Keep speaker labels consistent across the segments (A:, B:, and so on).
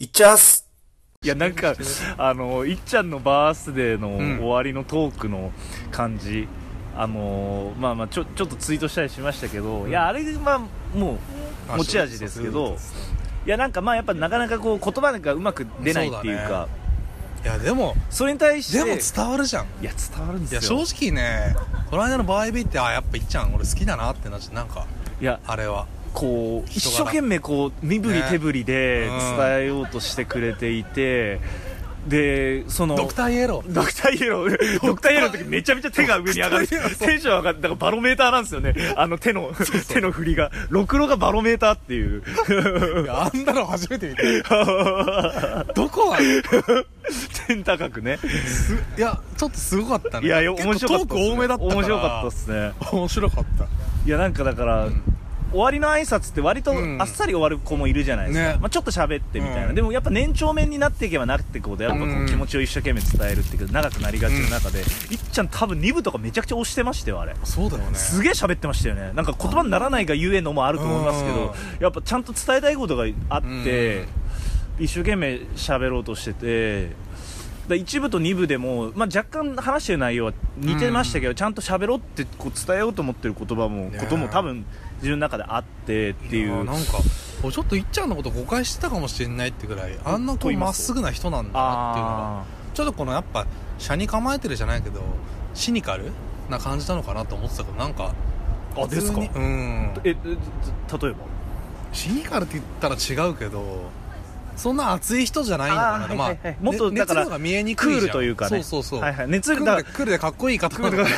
A: いっちゃーす
B: いやなんかあのいっちゃんのバースデーの終わりのトークの感じ、あのまあまあちょちょっとツイートしたりしましたけど、いやあれまあもう持ち味ですけどいやなんかまあやっぱなかなかこう言葉なんかうまく出ないっていう
C: そうだ
B: か
C: ねいやでも
B: そ,、れに対し
C: で
B: て
C: も伝わるじゃん
B: いや伝わるん
C: い
B: で
C: や
B: すよ
C: 正直ねこの間のバイビーってあやっぱいっちゃん俺好きだなってなっちゃうなんか
B: いや
C: あれは
B: こう
C: 人
B: 一
C: 柄
B: 生懸命こう身振り
C: ね
B: 手振りで
C: うん
B: 伝えようとしてくれていて、でその
C: ドクターイエロー
B: ドクターイエロー、ドクターイエローの時めちゃめちゃ手が上に上が
C: ドク
B: る。
C: ターイエローそう
B: テンション上がって、だからバロメーターなんですよ ね。あの手の、手の振りが。ろくろがバロメーターっていう。
C: いやあんなの初めて見た どこなのい
B: 天高くね。
C: やちょっとすごかったね
B: いや、よ
C: 結
B: 面白
C: 構
B: かったっす
C: トー
B: ね、
C: ク多めだったから
B: 面白かったっすね。
C: 面白かった
B: いや、なんかだから、終わりの挨拶って割と
C: うん
B: あっさり終わる子もいるじゃないですか、
C: ね
B: まあ、ちょっと喋ってみたいな、
C: うん
B: でもやっぱ年長面になっていけばなっていくほどやっぱこ
C: う
B: うん気持ちを一生懸命伝えるっていうか長くなりがちの中で、いっちゃん多分2部とかめちゃくちゃ押してましたよあれ
C: そうだよね
B: すげえ喋ってましたよねなんか言葉にならないがゆえのもあると思いますけどやっぱちゃんと伝えたいことがあって一生懸命喋ろうとしててだ1部と2部でも、まあ、若干話してる内容は似てましたけどちゃんと喋ろうってこう伝えようと思ってる言葉も
C: ねえ
B: ことも多分自分の中であってってい
C: や
B: う
C: なんか俺ちょっといっちゃんのこと誤解してたかもしれないってぐらいあんな
B: と
C: こう
B: 言い
C: ま
B: ま
C: っ
B: すと
C: すぐな人なんだなっていうのが
B: あ
C: ちょっとこのやっぱ車に構えてるじゃないけどシニカルな感じなのかなと思ってたけどなんか
B: ーあですか
C: 普通にうん
B: ええ例えば
C: シニカルって言ったら違うけどそんな熱い人じゃないのかな
B: あー
C: ま
B: は
C: あ
B: いはいはいもっと
C: ね
B: だから
C: 熱量が見えに
B: ク
C: くいじゃん
B: ールというかね
C: そうそうそう、
B: はいはい、熱
C: クー
B: がだ
C: ルでクールでかっこいい方なの かな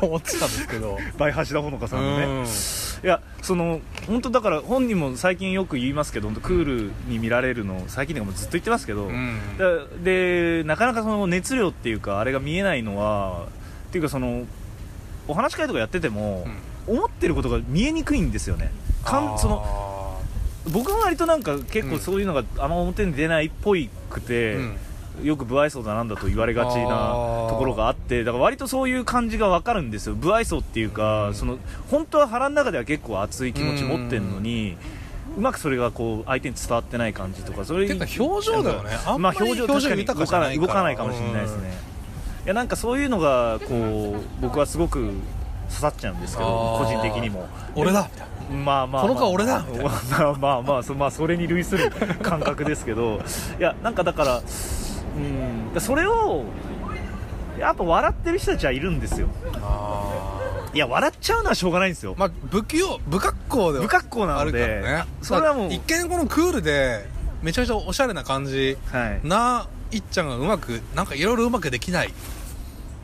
C: と思ってたんですけど
B: バイハシダほのかさんのね
C: うん
B: いやその本当だから本人も最近よく言いますけど本当クールに見られるの最近でもずっと言ってますけど、
C: うん
B: だでなかなかその熱量っていうかあれが見えないのはっていうかそのお話し会とかやってても、思ってることが見えにくいんですよねかんその
C: の
B: 僕は割となんか結構そういうのがあんま表に出ないっぽいくて、よく不愛想だなんだと言われがちなところがあってだから割とそういう感じが分かるんですよ不愛想っていうか、
C: うん
B: その本当は腹の中では結構熱い気持ち持ってるのに、うまくそれがこう相手に伝わってない感じとかそれ
C: てか表情だよねあんま
B: まあ
C: り
B: 表情
C: 表情
B: 確かに
C: 豊
B: 動
C: かじ
B: か
C: ゃ
B: な
C: ないい
B: 動
C: から
B: かないかもしれないですねいやなんかそういうのがこう僕はすごく刺さっちゃうんですけど
C: あ
B: 個
C: ー
B: 人的にも
C: 俺だみたいな
B: まあまあまあ
C: この子は俺だみたいな
B: まあまあまあそ,、まあ、それに類する感覚ですけどいやなんかだからうんそれをやっぱ笑ってる人たちはいるんですよ
C: あ
B: いや笑っちゃうのはしょうがないんですよ、
C: まあ不器用不格好では
B: 不格好な
C: あ
B: の
C: るか
B: で、
C: らね
B: それはも
C: だか
B: う
C: ら一見このクールでめちゃめちゃおしゃれな感じ
B: はい
C: ないっちゃんがうまくなんかいろいろうまくできない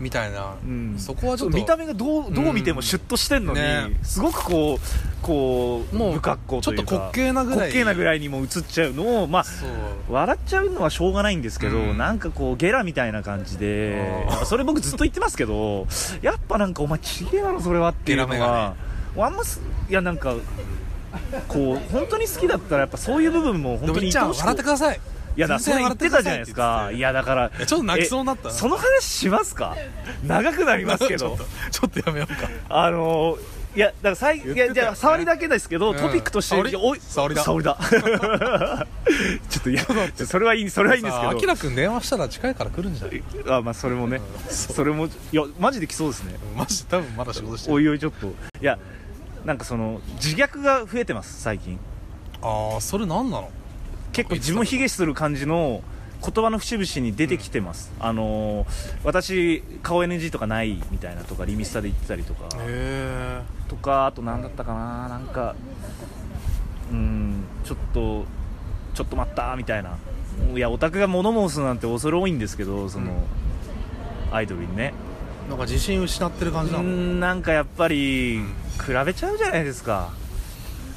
C: みたいな、
B: うん
C: そこはち
B: そ
C: ょ
B: う
C: っと
B: 見た目がどうどう見てもシュッとしてんのに、
C: うんね
B: すごくこうこう
C: もう
B: 不格好というか
C: ちょっと滑稽なぐらい
B: 滑稽なぐらいにも映っちゃうのをまあ
C: そう
B: 笑っちゃうのはしょうがないんですけど、
C: うん
B: なんかこうゲラみたいな感じで
C: あー
B: それ僕ずっと言ってますけど やっぱなんかお前ちげえだろそれはっていうの
C: ゲラ
B: は、あんますいやなんかこう本当に好きだったらやっぱそういう部分も
C: で
B: 本
C: も
B: 当
C: い
B: に
C: っち
B: 愛
C: ゃん
B: お
C: は
B: しく
C: 笑ってください
B: いやだそれ言ってたじゃないですかい
C: いや
B: やだから
C: ちょっと泣きそうになったな
B: えその話しますか長くなります け
C: ちょ
B: ど
C: っとちょっとやめようか
B: あのーいやだからさい、
C: 言って
B: い
C: たよ
B: や
C: ね
B: じゃあ触りだけですけど、
C: うん
B: トピックとして
C: 沙織
B: いやおい
C: 沙織だ
B: 沙織だ ちょっといやそれはいいそれはいいんですけ
C: さあ
B: ど
C: きらくん電話したら近いから来るんじゃない
B: あまあそれもね、それもいやマジで来そうですね
C: マジ多分まだ仕事して
B: お
C: る
B: いおいちょっといやなんかその自虐が増えてます最近
C: ああそれ何なの
B: 結構自分を卑下する感じの言葉の節々に出てきてます、あのー私顔 NG とかないみたいなとかリミスタで言ってたりとか
C: へ
B: とかあと何だったかななんかうんちょっとちょっと待ったみたいないやオタクが物申すなんて恐れ多いんですけどその、アイドルにね
C: えなんか自信失ってる感じな
B: う
C: の
B: んなんかやっぱり比べちゃうじゃないですか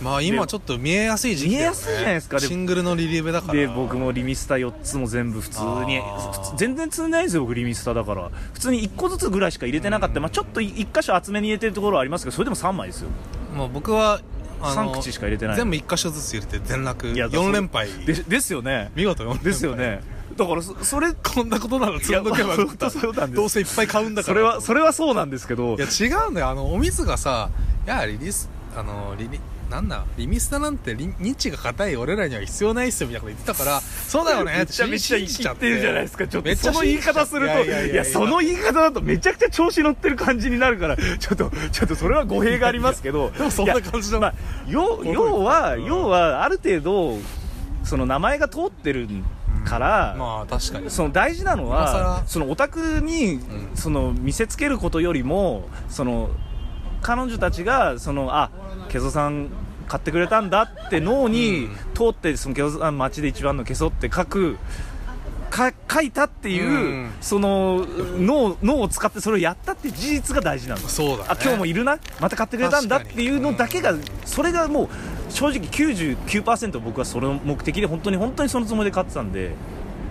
C: まあ今ちょっと見えやすい時期だよね
B: 見えやすいじゃないですかで
C: シングルのリリーベだから
B: で僕もリミスタ4つも全部普通に
C: あー
B: 普通全然積んでないんですよ僕リミスタだから普通に1個ずつぐらいしか入れてなかった、まあ、ちょっと1箇所厚めに入れてるところはありますけどそれでも3枚ですよ
C: もう僕はあの
B: 3口しか入れてない
C: 全部一箇所ずつ入れて全落
B: いやだ
C: 4連敗
B: でですよね
C: 見事4連敗
B: ですよねだからそそれ
C: こんなことなら積んどけばよかっ
B: いや
C: た
B: そうなんです
C: どうせいっぱい買うんだか
B: そ
C: ら
B: れはそれはそうなんですけど
C: いや違うんだよあのお水がさいやリリースあのリリなんだリミスタなんてリニッチが硬い俺らには必要ないっすよみたいなこと言ってたからそうだよね
B: めちゃめちゃ
C: 信じ
B: 言ってるじゃないですかちょっとその言
C: 信
B: い
C: じちゃ
B: 方するといや
C: いやいやいや
B: その言い方だとめちゃくちゃ調子乗ってる感じになるからちょっとちょっとそれは語弊がありますけど
C: でもそんな感じだ
B: いやまあ要要は要はある程度その名前が通ってるから、
C: まあ確かに
B: その大事なの
C: 今
B: は
C: 更
B: そのオタクに、
C: ん
B: その見せつけることよりもその彼女たちがそのあケゾさん買ってくれたんだって脳に
C: うん
B: 通ってそのケゾさん街で一番のケソって書くか書いたっていう、
C: うん
B: その脳脳を使ってそれをやったっていう事実が大事なの
C: そうだね
B: あ今日もいるなまた買ってくれたんだっ
C: 確かに
B: ていうのだけがそれがもう正直99%僕はその目的で本当に本当にそのつもりで買ってたんで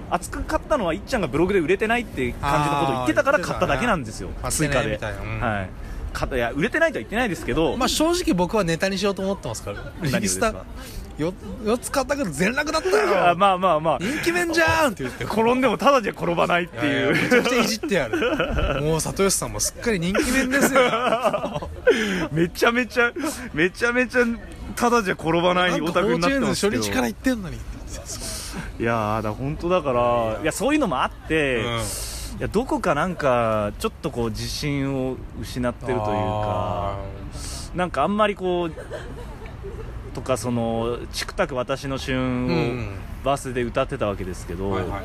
B: 熱く買ったのはいっちゃんがブログで売れてないって感じのことを言ってたから
C: あー
B: 買っただけなんですよ
C: 言ってたね
B: 追加
C: ま
B: で、
C: あ捨てないみたいなうん
B: はい買ったいや売れてないとは言ってないですけど、
C: まあ正直僕はネタにしようと思ってますから
B: ですか
C: リミスタよ4つ買ったけど全落だった
B: あ
C: よ
B: まあまあまあ
C: 人気面じゃんって言って
B: 転んでもただじゃ転ばないって
C: いやい
B: い
C: や
B: う
C: めちゃくちゃいじってやるもう里吉さんもすっかり人気面です よ
B: めちゃめちゃめちゃめちゃただじゃ転ばないオタクになって
C: なんかフ
B: ますけ
C: ォーチュンズ初
B: ど
C: 日から行ってんのに
B: いやーだ本当だからいやそういうのもあって、いやどこかなんかちょっとこう自信を失ってるというかなんかあんまりこうとかその「チクタク私の
C: う
B: 旬」を
C: ん
B: バースで歌ってたわけですけど、
C: はいはい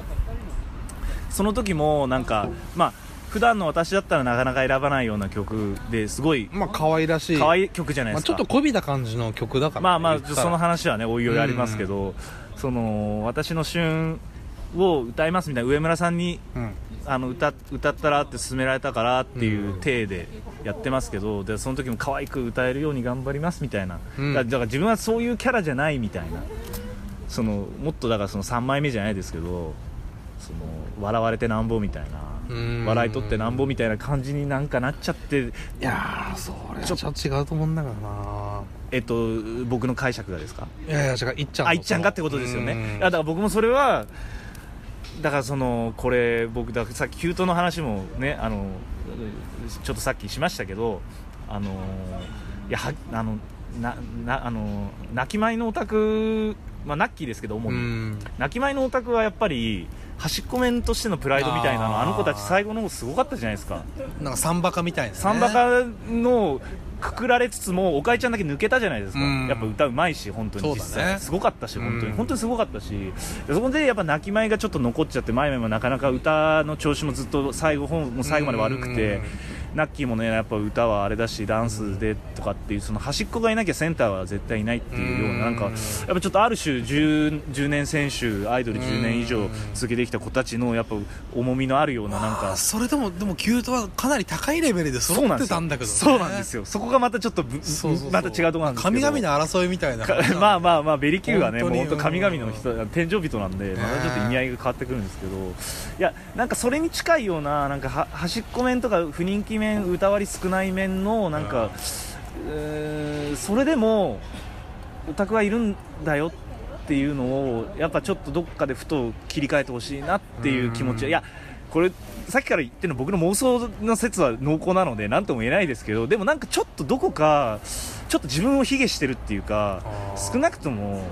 B: その時もなんかまあ普段の私だったらなかなか選ばないような曲ですごい
C: まあ可愛らしい
B: 可愛い曲じゃない
C: ま
B: で
C: あ、
B: すか、
C: ちょっとこびた感じの曲だからね、
B: まあまあ
C: 言ったら
B: その話はねおいおいありますけど、その私の旬を歌いますみたいな上村さんに
C: うん
B: あの歌歌ったらって勧められたからっていう
C: うん
B: 体でやってますけど、でその時も可愛く歌えるように頑張りますみたいな、
C: うん
B: だだから自分はそういうキャラじゃないみたいなそのもっとだからその3枚目じゃないですけどその笑われてなんぼみたいな、
C: うん
B: 笑い取ってなんぼみたいな感じになんかなっちゃって、
C: いやーそれはちょっと違うと思うんだからな
B: えっと、僕の解釈がですか
C: いやいや違ういっちゃんの
B: あいっちゃんがってことですよね
C: うん
B: いやだから僕もそれはだからそのこれ僕ださっきキュートの話もねあのちょっとさっきしましたけどあのいやはあのななあの泣き舞のオタクまあナッキーですけど主
C: う
B: に、
C: ん
B: 泣き舞のオタクはやっぱり端っこ面としてのプライドみたいなのあ
C: あー
B: の子たち最後の方すごかったじゃないですか
C: なんかサンバカみたいな、ね、
B: サンバカのくくられつつもおかえちゃんだけ抜けたじゃないですか、
C: うん
B: やっぱ歌うまいし本当に
C: そう
B: 実
C: だね
B: 際、すごかったし本当に、
C: うん
B: 本当にすごかったしでそこでやっぱ泣き前がちょっと残っちゃって前々もなかなか歌の調子もずっと最後本も最後まで悪くて、ナッキーもねやっぱ歌はあれだしダンスでとかっていうその端っこがいなきゃセンターは絶対いないっていうような,、
C: うん
B: なんかやっぱちょっとある種 10, 10年選手アイドル10年以上続けてきた子たちのやっぱ重みのあるようななん
C: あ
B: か
C: ーそれでもでもキュートはかなり高いレベルで
B: そう
C: 揃
B: な
C: っ
B: んで
C: て
B: すよ
C: たんだけど、ね、
B: そうなんですよそこがまたちょっとぶ
C: そうそうそう
B: また違うところなんですけど
C: 神々の争いみたいな
B: か まあまあまあベリキューはね
C: 本
B: もう
C: 当に
B: 本当神々の人天井人なんでまたちょっと意味合いが変わってくるんですけどいやなんかそれに近いようななんかは端っこ面とか不人気面歌割り少ない面のなん
C: うん
B: かえーそれでもオタクはいるんだよっていうのをやっぱちょっとどっかでふと切り替えてほしいなっていう気持ち
C: うん
B: いやこれさっきから言ってるの僕の妄想の説は濃厚なので何とも言えないですけどでもなんかちょっとどこかちょっと自分を卑下してるっていうか
C: あー
B: 少なくとも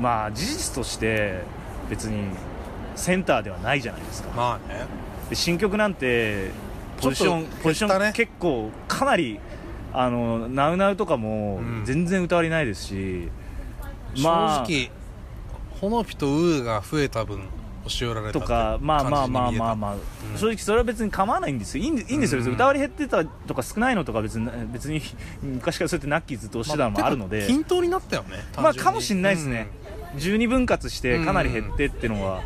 B: まあ事実として別にセンターではないじゃないですか
C: まあね
B: で新曲なんてポジショ
C: ち
B: ン、
C: ょっと
B: ポジシ
C: 減っ
B: ョ
C: た
B: ン
C: ね
B: 結構かなりあのナウナウとかも
C: うん
B: 全然歌われないですし、まあ
C: 正直ほのぴとウーが増えた分押し寄られた
B: とかまあまあまあまあ
C: あ
B: まあ、
C: うん
B: 正直それは別に構わないんですよいいんいいんですよ、別に
C: うん
B: 歌割り減ってたとか少ないのとか別に 別に昔からそうやってナッキーずっと押してたのもあるので、
C: 均等になったよね
B: まあかもしれないですね、12分割してかなり減ってってのは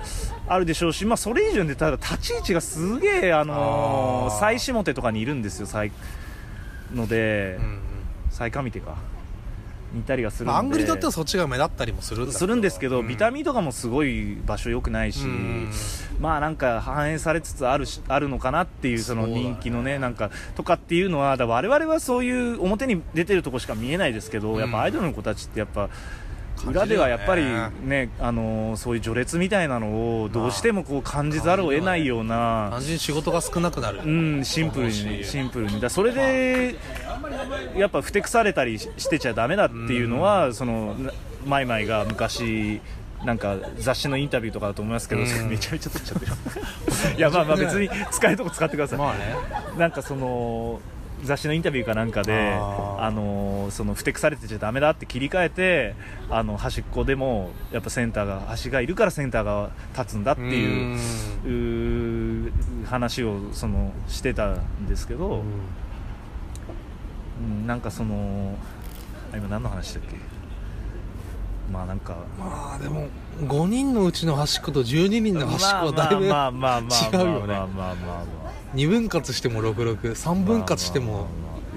B: あるでしょうし、まあ、それ以上にただ立ち位置がすげえ、あのー
C: あー
B: 最下手とかにいるんですよ最ので、
C: 単純にうん
B: 最上手か似たりがするんで、
C: まあアングリとってはそっちが目立ったりもするんだ
B: するんですけど、
C: うん
B: ビタミンとかもすごい場所良くないし、
C: うん
B: まあなんか反映されつつあるしあるのかなっていうその
C: そうだね
B: 人気のねなんかとかっていうのはだから我々はそういう表に出てるとこしか見えないですけど、やっぱアイドルの子たちってやっぱ
C: 感じるよね
B: 裏ではやっぱりね、あのーそういう序列みたいなのをどうしてもこう感じざるを得ないような
C: 単、純に仕事が少なくなる、
B: うん、シンプルにシンプルにだからそれでやっぱふてくされたりししてちゃダメだっていうのは、そのなマイマイが昔なんか雑誌のインタビューとかだと思いますけど、
C: うん
B: めちゃめちゃ取っちゃってる いやまあまあ別に使えるとこ使ってください、
C: まあね
B: なんかその雑誌のインタビューかなんかで
C: あー
B: あのーそのふてくされてちゃダメだって切り替えてあの端っこでもやっぱセンターが端がいるからセンターが立つんだっていううー話をそのしてたんですけ
C: う
B: ど、
C: ん
B: うんなんかそのあ今何の話だっけまあなんか
C: まあでも5人のうちの端っこと12人の端っこはだいぶ
B: まあまあまあまあ
C: 違うよね
B: まあまあまあまあ
C: 2分割しても663分割しても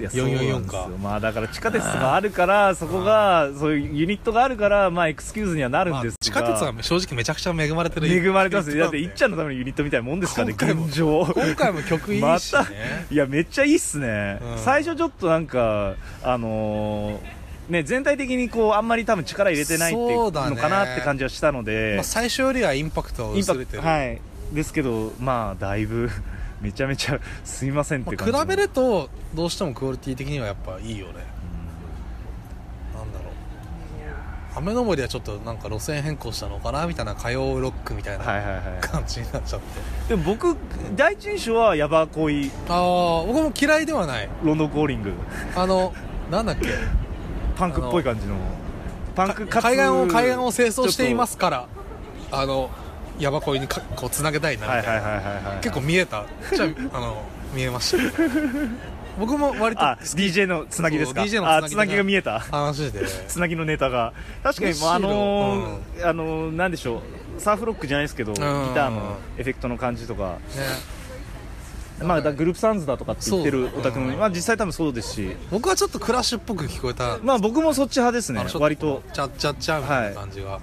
C: 444
B: まあまあまあいやそうなん
C: か
B: ですよまあだから地下鉄があるからそこがそういうユニットがあるからまあエクスキューズにはなる
C: ま
B: ん
C: あ
B: です
C: 地
B: が、
C: 下鉄は正直めちゃくちゃ恵まれてる
B: 恵まれてますよだ
C: だ
B: っていっちゃんのためのユニットみたいなもんですからね
C: 今回も
B: 現状
C: 今回も曲いい
B: ま
C: したね
B: いやめっちゃいいっすね、
C: うん
B: 最初ちょっとなんかあのーね全体的にこうあんまり多分力入れてないっていう
C: そ
B: の
C: うだね
B: かなって感じはしたので、
C: まあ最初よりはインパクトは
B: イン
C: 薄
B: パ
C: れ
B: ク
C: て
B: ト
C: る
B: はいですけどまあだいぶめちゃめちゃすいませんっ
C: ま
B: て
C: あ
B: 感じ、
C: 比べるとどうしてもクオリティ的にはやっぱいいよねなんだろう雨の森はちょっとなんか路線変更したのかなみたいな歌謡ロックみたい
B: はい
C: な
B: はいはい
C: 感じになっちゃって
B: でも僕第一印象はヤバコイ
C: ああ僕も嫌いではない
B: ロンドンコーリング
C: あのなんだっけ
B: パンクっぽい感じのパンクかつ
C: 海岸を海岸を清掃していますからあのヤバコイにかこうつなげたいなみ
B: は
C: た
B: い
C: いな、
B: はいはいはいはい
C: 結構見えたじ ゃああの見えましたけど僕も割と
B: あ DJ のつなぎですか
C: そう DJ のつなぎ
B: あつなぎが見えた
C: 話で
B: つなぎのネタが確かに
C: むしろ
B: まああのーあのーなんでしょうサーフロックじゃないですけどギターのエフェクトの感じとか
C: ね
B: まあだグループサウンズだとかって言ってる
C: そう
B: オタクの
C: うん
B: まあ実際多分そうですし
C: 僕はちょっとクラッシュっぽく聞こえた、
B: まあ僕もそっち派です
C: あ
B: ね
C: のちょっ
B: 割と
C: チャッチャッチャみたいな感じが、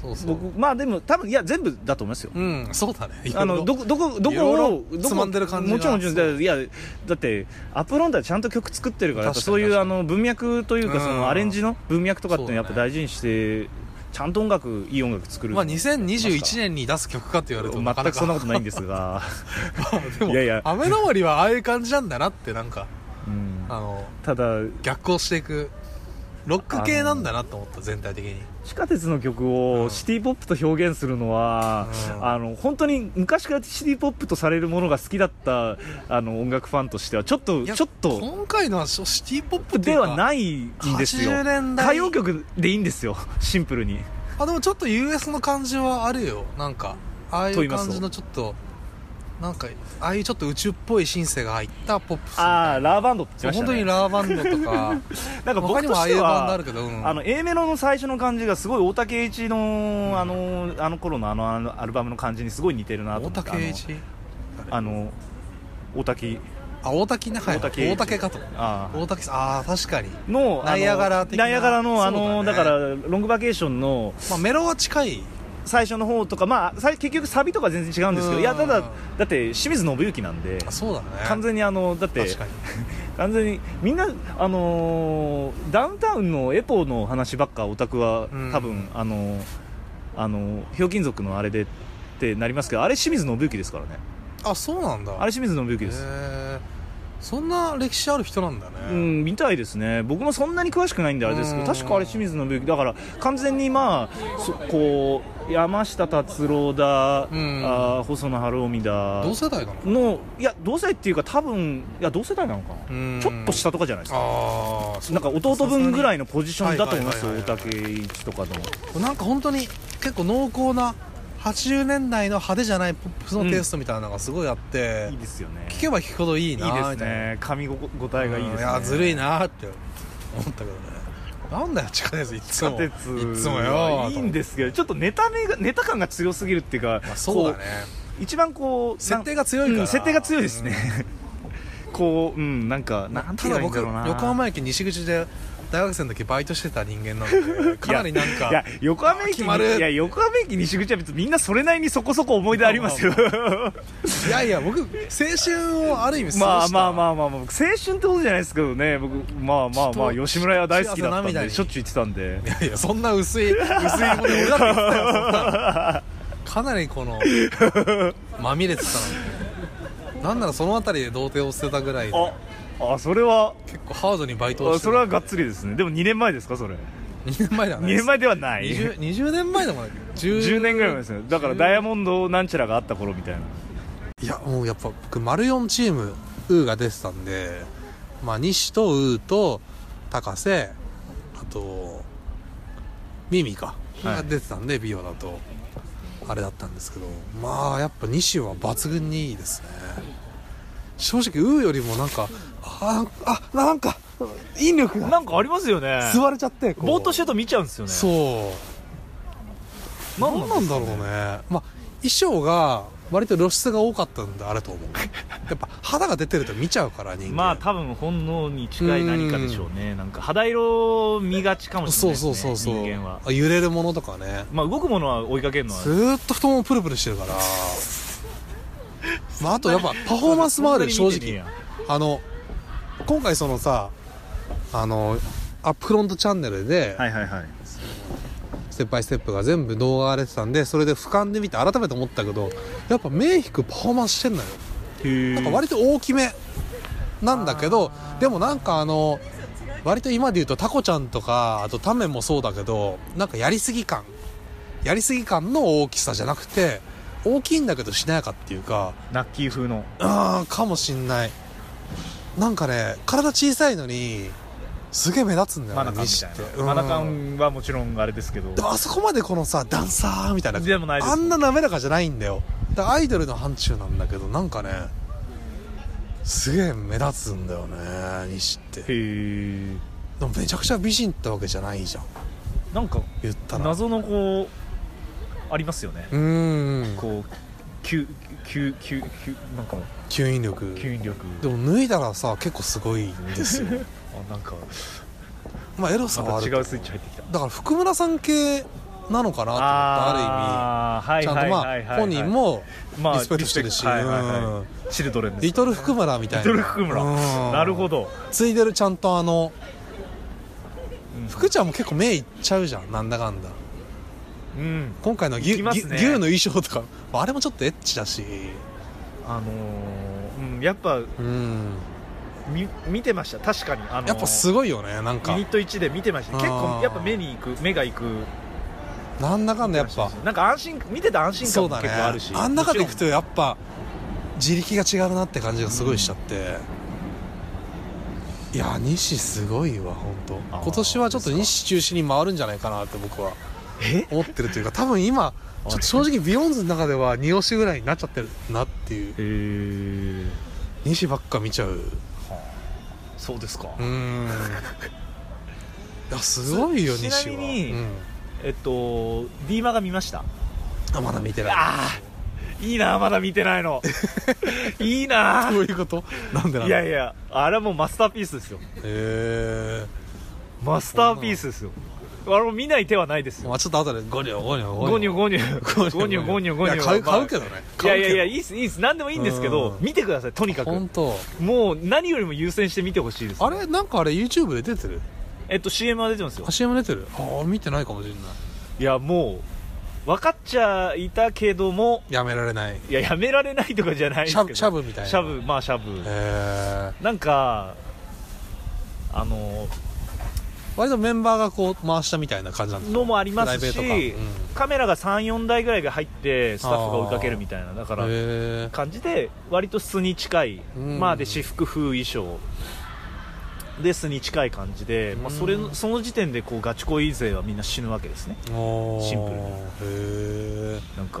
C: そうそう
B: 僕まあでも多分いや全部だと思いますよ
C: うんそうだね
B: あのど
C: こ
B: こどこど
C: いろいろ
B: こをどこ
C: つまんでる感じが
B: もちろんもちろんだいやだってアップロンダーちゃんと曲作ってるからやっぱ
C: 確か
B: そ
C: に
B: ういう
C: 確か
B: あ
C: に
B: の文脈という
C: う
B: か
C: ん
B: そのアレンジの文脈とかっていうのはやっぱ
C: そうだね
B: 大事にしてちゃんと音楽いい音楽作る
C: まあ2021年に出す曲かって言われるとなか
B: 全
C: な
B: くそんな
C: か
B: ことないんです が
C: でも
B: いやいや
C: 雨の森はああいう感じなんだなってなんか
B: うん
C: あの
B: ただ
C: 逆行していくロック系なんだなと思った全体的に
B: 地下鉄の曲をシティ・ポップと表現するのは、
C: うん
B: あの本当に昔からシティ・ポップとされるものが好きだったあの音楽ファンとしてはちょっと
C: いや
B: ちょっと
C: 今回のはシシティポップってい
B: で
C: うか
B: はないんですよ
C: 80年代
B: 歌謡曲でいいんですよ シンプルに
C: あでもちょっと US の感じはあるよなんかああい
B: と言
C: う
B: いますと
C: 感じのちょっとなんかああいうちょっと宇宙っぽいシンセが入ったポップスみたいな
B: ああラーバンドって言って
C: 本
B: ました
C: 当に
B: ね
C: ラーバンドとか
B: なん
C: 他
B: か僕
C: に
B: と
C: もああ
B: し
C: い
B: て
C: うバンドあ
B: は
C: るけど、うん
B: あの A メロの最初の感じがすごい大竹栄一の、あのあの頃のあのあのアルバムの感じにすごい似てるなと思
C: 大
B: って
C: 竹栄一
B: あのあの大竹
C: あ大竹ねはい
B: 大竹栄一
C: 大竹かと
B: ああ
C: 大竹さんああ確かに、
B: のあの
C: ナイアガラ的な
B: ナイアガラのあの
C: そう
B: だ,、
C: だね
B: からロングバケーションの
C: まあ、メロは近い
B: 最初の方とかまあさい結局サビとか全然違うんです
C: う
B: けど
C: ん
B: いやただだって清水信之なんで
C: あそうだね
B: 完全にあのだって
C: 確かに
B: 完全にみんなあのーダウンタウンのエポの話ばっかオタクは
C: うん
B: 多分、あのーあのーひょうきん族のあれでってなりますけどあれ清水信之ですからね
C: あそうなんだ
B: あれ清水信之
C: へ
B: です
C: えそんな歴史ある人なんだね、
B: うん、みたいですね僕もそんなに詳しくないんであれですけど
C: うん
B: 確かあれ清水信之だから完全にまあそこう山下達郎だ、あ
C: ん
B: ー細野晴臣だ
C: 同世代かな
B: のいや同世代っていうか多分いや同世代なのかな、
C: うん
B: ちょっと下とかじゃないですか
C: ああ
B: なんか弟分ぐらいのポジションだと思いますよ
C: はい
B: 大
C: はいはいはい
B: 竹一とかの
C: なんか本当に結構濃厚な80年代の派手じゃないポップスのテイストみたいなのがすごいあって、
B: いいですよね
C: 聞けば聞くほどいい
B: いい
C: なみたいな
B: ですね髪ごたえがいいですね
C: やずるいなーって思ったけどねなんだよ地下鉄いつ
B: 地下
C: も
B: 鉄
C: いつもよ
B: いいんですけどちょっとネタ目がネタ感が強すぎるっていうか、
C: まあ、そうだね
B: こう一番こう
C: 設定が強いから
B: うん設定が強い ですね、こううんなんかなんて
C: た
B: 言
C: だ
B: えばいいん
C: 僕
B: だろうな
C: 横浜駅西口で大学生の時バイトしてた人間なのでかなりなん
B: いや
C: か
B: 横浜駅
C: 決
B: に
C: まる
B: いや横浜駅西口は別にみんなそれなりにそこそこ思い出ありますよ
C: いやいや僕青春をある意味過
B: ま
C: ご
B: あ
C: した
B: まあまあまあまあ青春ってことじゃないですけどね僕まあまあまあ
C: ちょっと
B: 吉村屋大好きだったん
C: 幸せな涙
B: で
C: に
B: しょっちゅう言ってたんで
C: いやいやそんな薄い薄いもの俺だって言ってたよそんなのかなりこのまみれてたのになんならその辺りで童貞を捨てたぐらいで
B: ああそれは
C: 結構ハードにバイトを
B: あ
C: してた
B: それはがっつりですねでも2年前ですかそれ
C: 2
B: 2
C: 年前だね
B: 年前ではない
C: 20, 20年前でもない10
B: 10年ぐらい前ですねだから
C: 10
B: ダイヤモンドなんちゃらがあった頃みたいない
C: やもうやっぱ僕丸4チームウーが出てたんでまあ西とウーと高瀬あとミミか、
B: はい
C: が出てたんで美容だとあれだったんですけどまあやっぱ西は抜群にいいですね正直ウーよりもなんかあーあなんか引力が
B: なんかありますよね
C: 吸われちゃってこう
B: ぼーっとしてると見ちゃうんですよね
C: そう
B: なん
C: 何なんだろうねまあ衣装が割と露出が多かったんであれと 思うやっぱ肌が出てると見ちゃうから人間
B: まあ多分本能に近い何かでしょうねなんか肌色見がちかもしれ
C: そう
B: ないです
C: そ
B: ね
C: うそうそう
B: 人間は
C: あ揺れるものとかね
B: まあ動くものは追いかけるのは
C: ずーっと太ももプルプルしてるからまああとやっ ぱパフォーマンスもある正
B: そんなに見てねえ
C: 直
B: や
C: あの今回そのさあのアップフロントチャンネルで
B: はいはいはい
C: ステップバイステップが全部動画が出てたんでそれで俯瞰で見て改めて思ったけどやっぱ目引くパフォーマンスしてんのよ
B: へえ
C: 割と大きめなんだけどでもなんかあの割と今で言うとタコちゃんとかあとタメもそうだけどなんかやりすぎ感やりすぎ感の大きさじゃなくて大きいんだけどしなやかっていうか
B: ナッキー風の
C: あーかもしんないなんかね体小さいのにすげえ目立つんだよ
B: マ
C: ね
B: ナカンみたい
C: 西って
B: な
C: うん
B: マナカンはもちろんあれですけど
C: でもあそこまでこのさダンサーみたいな
B: でもないです
C: あんな滑らかじゃないんだよでアイドルの範疇なんだけどなんかねすげえ目立つんだよね西って
B: へえ
C: でもめちゃくちゃ美人ってわけじゃないじゃん
B: なんか
C: 言ったらう
B: 謎のこうありますよね
C: ーん
B: こう吸吸吸吸なんか
C: 吸引力
B: 吸引力
C: でも脱いだらさ結構すごいんです よ
B: あなんか
C: まあエロさ
B: ま
C: はあ
B: た
C: る
B: 違うスイッチ入ってきた
C: だから福村さん系なのかなと思ったあ
B: あーは
C: る意味ち
B: い
C: ゃん
B: はい
C: と
B: はい
C: まあ本人
B: はい
C: も
B: まあ
C: リスペクトしてるし
B: はいはいは
C: うん
B: いチルドレンです
C: リトル福村みたい
B: リ
C: な
B: トル福村
C: うん
B: なるほど
C: ついでるちゃんとあの
B: うん
C: 福ちゃんも結構目いっちゃうじゃんなんだかんだ
B: うん
C: 今回の
B: い
C: 牛,
B: き
C: ぎ、
B: ます
C: 牛の
B: ね
C: 衣装とか あれもちょっとエッチだし
B: あのーうんやっぱ
C: うん
B: み見てました確かにあのー
C: やっぱすごいよねなん
B: ユ
C: か
B: ニット1で見てました結
C: あ
B: 構
C: ー
B: やっぱ目に行く目が行く
C: なんだかんだやっぱ
B: なんか安心見てた安
C: そ
B: 心
C: うだ
B: 感も
C: ね
B: 結構あるし
C: あん中でい
B: も
C: く
B: ち
C: とやっぱ自力が違うなって感じがすごいしちゃって、いや西すごいわ本
B: あ
C: 当
B: ー
C: 今年はちょっと西中心に回るんじゃないかなって僕は
B: え
C: 思ってるというか多分今ちょっと正直ビヨンズの中では二押しぐらいになっちゃってるなっていう
B: ろんへえ
C: 西ばっか見ちゃう
B: そうですか
C: うーんいやすごいよ
B: ち
C: 西は
B: ちなみに
C: うん、
B: えっと D マが見ました
C: あまだ見てない
B: ああいいなまだ見てな いのいいな
C: どういうことなんでなんだ
B: いやいやあれはもうマスターピースですよ
C: へ
B: マスターピースですよあれも見ない手はないです
C: え
B: よ
C: まあちょっと後でゴニョゴニョ
B: ゴニョゴニョゴニョゴニョゴニ
C: い
B: ョ
C: や買う
B: まあ
C: 買うけどね
B: いや
C: 買う
B: い
C: け
B: や
C: ど
B: いやいいっすいいっす何でもいいんですけど
C: うん
B: 見てくださいとにかく
C: 本当
B: もう何よりも優先して見てほしいです
C: あれなんかあれ YouTube で出てる
B: えっと CM は出てますよ
C: あ CM 出てるああ見てないかもしれない
B: いやもう分かっちゃいたけども
C: やめられないへ
B: いややめられないとかじゃないですけど
C: シャブシャブみたいな
B: シャブまあシャブ
C: え
B: なんかあの
C: 割とメンバーがこう回したみたいな感じなんです
B: のもありますし、
C: プライベート感うん
B: カメラが34台ぐらいが入ってスタッフが追いかけるみたいなだか
C: へ
B: ら
C: え
B: 感じで割と素に近い、
C: うん
B: まあで私服風衣装で素に近い感じで、まあ、それ
C: うん
B: その時点でこうガチ恋勢はみんな死ぬわけですね
C: おー
B: シンプル
C: へえ
B: なんか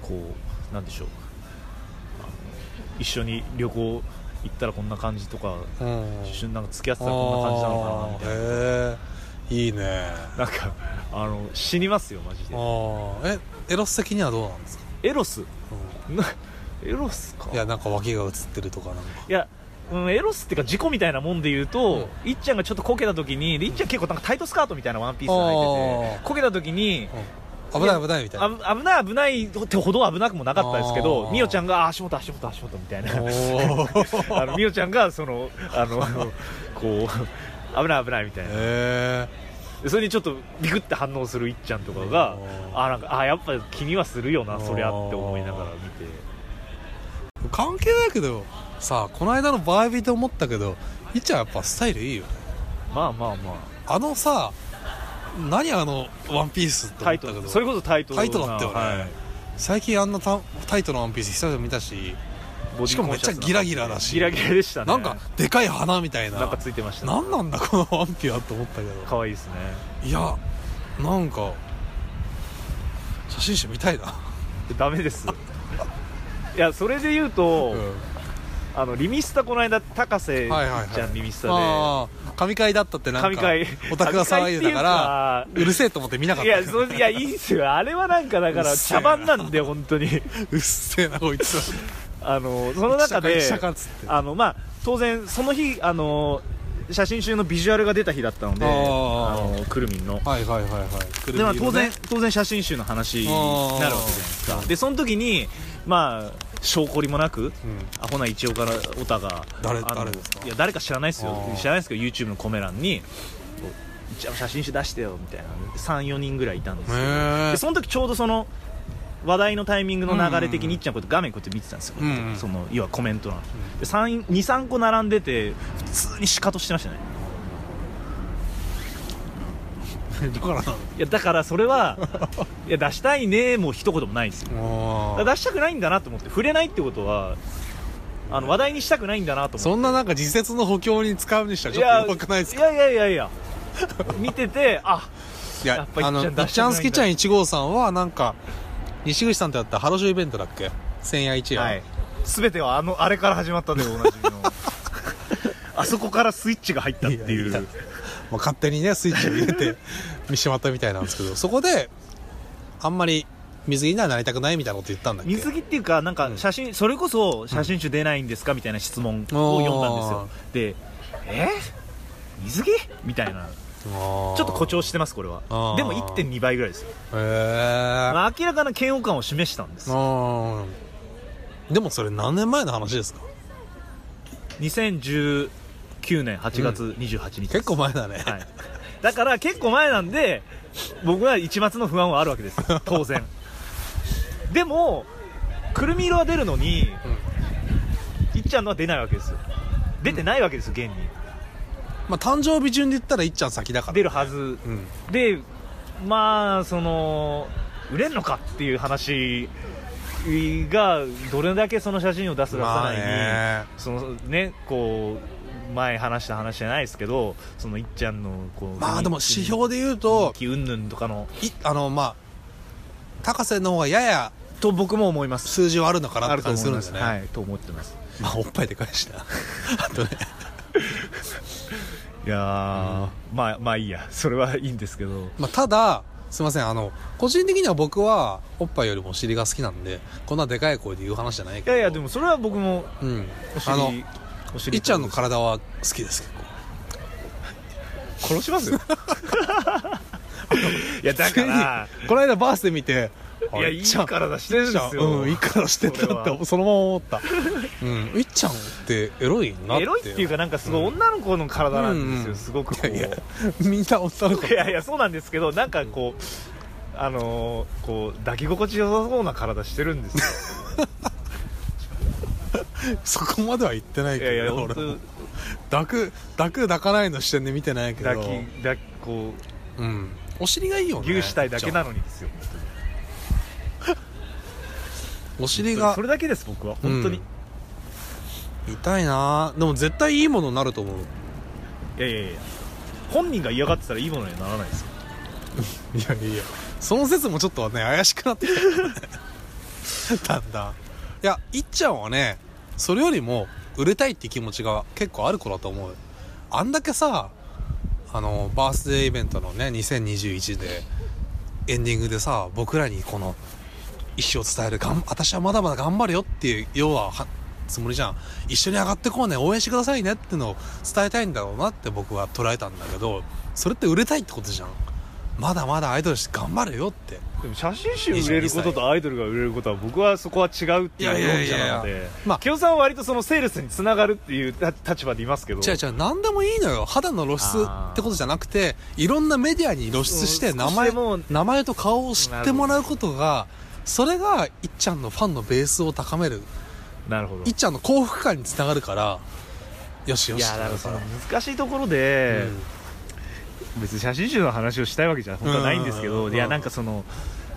B: こうなんでしょうあの一緒に旅行行ったらこんな感じとか
C: うん
B: 一緒になんか付き合ってたらこんな感じなのかなみたいな
C: あーへえいいね
B: なんかあの死にますよマジ
C: あ
B: で
C: ーえエロス的にはどうなんですか、
B: エロス
C: う
B: なエロスか
C: んいやなんか脇が映ってるとかなんか
B: いやうん、エロスっていうか事故みたいなもんで言うと、いっちゃんがちょっとこけた時にでいっちゃん結構なんかタイトスカートみたいなワンピース履いて
C: あ
B: てこけた時に
C: 危ない危ないみたい
B: あ
C: な。
B: ぶ危ない危ないってほど危なくもなかったですけ
C: あ
B: ど
C: ー
B: みおちゃんがあ足元足元足元みたいな
C: おー
B: あのみおちゃんがそのあのこう危ない危ないみたいな
C: へ
B: でそれにちょっとビクって反応するいっちゃんとかが
C: おー
B: あなんかあやっぱ気にはするよなそりゃって思いながら見て
C: え関係ないけどさこの間のバービーで思ったけどいっちゃんやっぱスタイルいいよね
B: まあまあま
C: あのさ何あのワンピースって
B: あタ
C: 思
B: イ
C: ったけど
B: トそれこそタイト
C: タイトだったよね、
B: はい
C: 最近あんなタタイトなワンピース久々に見たし
B: ボディコン
C: しかもめっちゃギラギラだし
B: ギラギラでしたね
C: なんかでかい花みたいな
B: なんかついてましたね
C: 何なんだこのワンピはと思ったけど
B: 可愛いですね
C: いやなんか写真集見たいな、
B: ダメですいやそれで言うと、
C: うん
B: あのリミスタこの間高瀬い
C: はいはいはい
B: っちゃんリミスタで、
C: ああ神回だったってなん
B: 神
C: か
B: 回
C: オタクが騒いでたからうるせえと思って見なかっ
B: い
C: た
B: やそれいやいいんすよあれはなんかだか
C: う
B: ら
C: っせえな
B: 茶番なんで本当に
C: うっせえなこいつ
B: あのその中で
C: 記者会記者会っつって
B: あのまあ当然その日あの写真集のビジュアルが出た日だったので
C: あ
B: あ
C: ー
B: のくるみん
C: は
B: の
C: いはいはいはいくるみ
B: でまあ
C: 色
B: 当
C: 々ね
B: 然当然写真集の話になるわけじゃないですかでその時にまあ証拠りもなく
C: うん
B: アホな一応からオタが
C: 誰
B: あの
C: 誰ですか
B: いや誰か知らないですよ
C: あー
B: 知らないですけど YouTube のコメ欄にこう一応写真集出してよみたいな34人ぐらいいたんですけど
C: へえ
B: でその時ちょうどその話題のタイミングの流れ的
C: うんうんうん
B: にいっちゃんこうやって画面こうやって見てたんですよ、こうやって
C: うんうん
B: その要はコメント欄、で三23個並んでて普通にシカトしてましたね
C: どこからない
B: や だからそ れはいや出したいねもう一言もないんですよ
C: の
B: だ
C: あー
B: から出したくないんだなと思って触れないってことはあの話題にしたくないんだなと思って
C: そんななんか自説の補強に使うにしてはちょっと弱くないですか
B: いやいやいやいや 見ててあ
C: い
B: や
C: や
B: っぱいっちゃん
C: あのい
B: 出したくないんだ
C: っちゃん好きちゃん1号さんはなんか西口さんとやったハロジョイベントだっけ千夜一夜、
B: はい、全てはあのあれから始まったで おなじみのあそこからスイッチが入ったっていう
C: いやいやまあ、勝手にねスイッチを入れ て見しまったみたいなんですけどそこであんまり水着にはなりたくないみたいなこと言ったんだっけ
B: 水着っていうかなんか写真、それこそ写真集出ないんですかみたいな質問を読んだんですよでえ水着みたいな
C: ちょ
B: ちょっと誇張してますこれは
C: あー
B: でも1.2倍ぐらいですよ、
C: へえ
B: まあ、明らかな嫌悪感を示したんです
C: うんでもそれ何年前の話ですか
B: 2019年8月28日です、
C: 結構前だね、
B: はい、だから結構前なんで僕は一抹の不安はあるわけです よ当然でもくるみ色は出るのに、いっちゃんのは出ないわけですよ出てないわけですよ現に
C: まあ、誕生日順で言ったらいっちゃん先だから
B: 出るはず
C: うん
B: でまあその売れんのかっていう話がどれだけその写真を出す出さないに、
C: まあね
B: そのねこう前話した話じゃないですけどそのいっちゃんのこう
C: まあでも指標で言う
B: 人
C: と
B: 気云々とかの
C: いあのまあ高瀬の方がやや
B: と僕も思います
C: 数字はあるのかな
B: あ
C: って
B: ると
C: 感じ
B: 思
C: す
B: い
C: るん
B: ま
C: ですすね
B: はいと思ってます
C: まあおっぱいでかいしな あとね
B: いやー、まあまあいいやそれはいいんですけど
C: まあ、ただすいませんあの個人的には僕はおっぱいよりもお尻が好きなんでこんなでかい声で言う話じゃないけ
B: い
C: ど
B: やいやでもそれは僕も
C: うん
B: お尻
C: あの
B: お尻
C: いっちゃんの体は好きです結構
B: 殺します いやだから
C: ついにこの間バースで見て
B: い
C: あ
B: や
C: いっちゃん
B: いい体してるんです
C: いっちゃん
B: よ
C: うんいい体してん
B: それ
C: だっ
B: は
C: てそのまま思ったうんいっちゃんってエロいなって
B: エロいっていうかなんかすごい女の子の体なんですよ、
C: うん
B: すごくこう
C: いやいやみんな女の子
B: いやいやそうなんですけどなんかこうあのーこう抱き心地よさそうな体してるんですよ
C: そこまでは言って ない
B: い
C: け
B: や
C: ど
B: いや
C: 俺
B: 本当
C: 抱く抱く抱かないの視点で見てないけど
B: 抱き抱きこ
C: うんお尻がいいよ
B: う
C: ね
B: 牛したいだけ
C: いっちゃん
B: なのにですよ本当に
C: お尻が
B: それだけです僕は本当に、
C: 痛いなでも絶対いいものになると思う
B: いやいやいや本人が嫌がってたらいいものにはならないですよ
C: いやいやその説もちょっとね怪しくなってきただんだんいやいっちゃんはねそれよりも売れたいって気持ちが結構ある子だと思うあんだけさあのバースデーイベントのね2021でエンディングでさ僕らにこの意思を伝えるがん私はまだまだ頑張るよっていう要ははつもりじゃん一緒に上がってこうね応援してくださいねってのを伝えたいんだろうなって僕は捉えたんだけどそれって売れたいってことじゃんまだまだアイドルして頑張れよって
B: でも写真集売れることとアイドルが売れることは僕はそこは違うっていう論者なの
C: いやいやいやい
B: で
C: やまあ
B: 清さんは割とそのセールスにつながるっていう立立場でいますけど
C: 違う違う何でもいいのよ肌の露出ってことじゃなくていろんなメディアに露出して
B: うん
C: 名前
B: 少しでも
C: 名前と顔を知ってもらうことがそれがいっちゃんのファンのベースを高める
B: なるほど
C: いっちゃんの幸福感につながるからよしよ
B: い
C: し
B: やだから
C: って
B: そ
C: な
B: の
C: る
B: 難しいところ
C: から
B: で
C: う、ん
B: 別に写真集の話をしたいわけじゃ本当はないんですけ
C: うんうんうんう
B: ど
C: ん
B: いやなんかその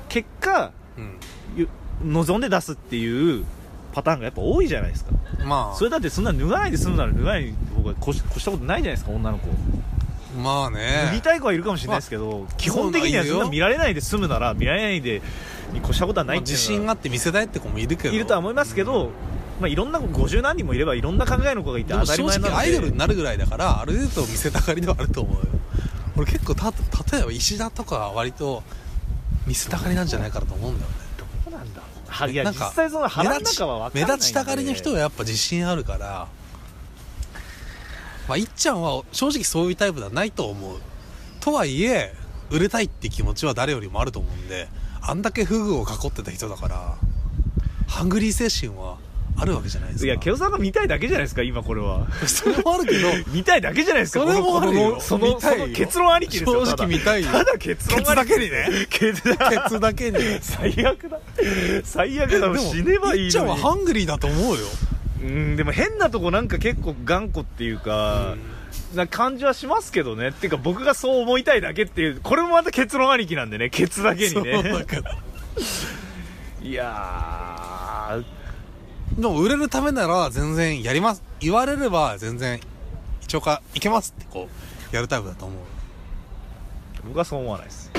B: 結果
C: うん
B: ゆ望んで出すっていうパターンがやっぱ多いじゃないですか
C: ま
B: それだってそんな脱がないで済むなら脱がない方が越し越したことないじゃないですか女の子
C: あまあ
B: 脱ぎ
C: ね
B: たい子はいるかもしれないですけど、基本的にはそんな見られないで済むなら見られないでに越したことは
C: ま
B: な
C: あ
B: いっていう
C: 自
B: のは
C: 信があって見せたいって子もいるけど
B: いるとは思いますけど、まあ、いろんな50何人もいればいろんな考えの子がいて
C: で
B: 当
C: も
B: たり
C: 正
B: 前な
C: 直
B: ので
C: アイドルになるぐらいだからある程度見せたがりではあると思うよ俺結構た例えば石田とかは割と見せたがりなんじゃないかなと思うんだよね
B: どうなんだはいや
C: なん
B: 実
C: か
B: 際その腹の中は分
C: 目
B: かんないんで
C: 立ちたがりの人はやっぱ自信あるからまあいっちゃんは正直そういうタイプではないと思うとはいえ売れたいって気持ちは誰よりもあると思うんであんだけフグを囲ってた人だからハングリー精神はあるわけじゃないです
B: い
C: か
B: やケオさんが見たいだけじゃないですか今こ れは
C: それもあるけど
B: 見たいだけじゃないですか
C: それもあるよ
B: このその
C: 見
B: そ
C: た
B: の
C: いよ
B: その結論ありきですよ
C: 正直見たいよ
B: ただただ結論ありき ケツだ
C: ケツだけに
B: 最悪だ最悪だもう死ねばいいのに
C: いっちゃんはハングリーだと思うよ
B: うんでも変なとこなんか結構頑固っていうか、な感じはしますけどねっていうか僕がそう思いたいだけっていうこれもまた結論ありきなんでねケツだけに
C: そうだ
B: ね
C: から
B: いやー
C: でも売れるためなら全然やります言われれば全然一応かいけますってこうやるタイプだと思う
B: 僕はそう思わないです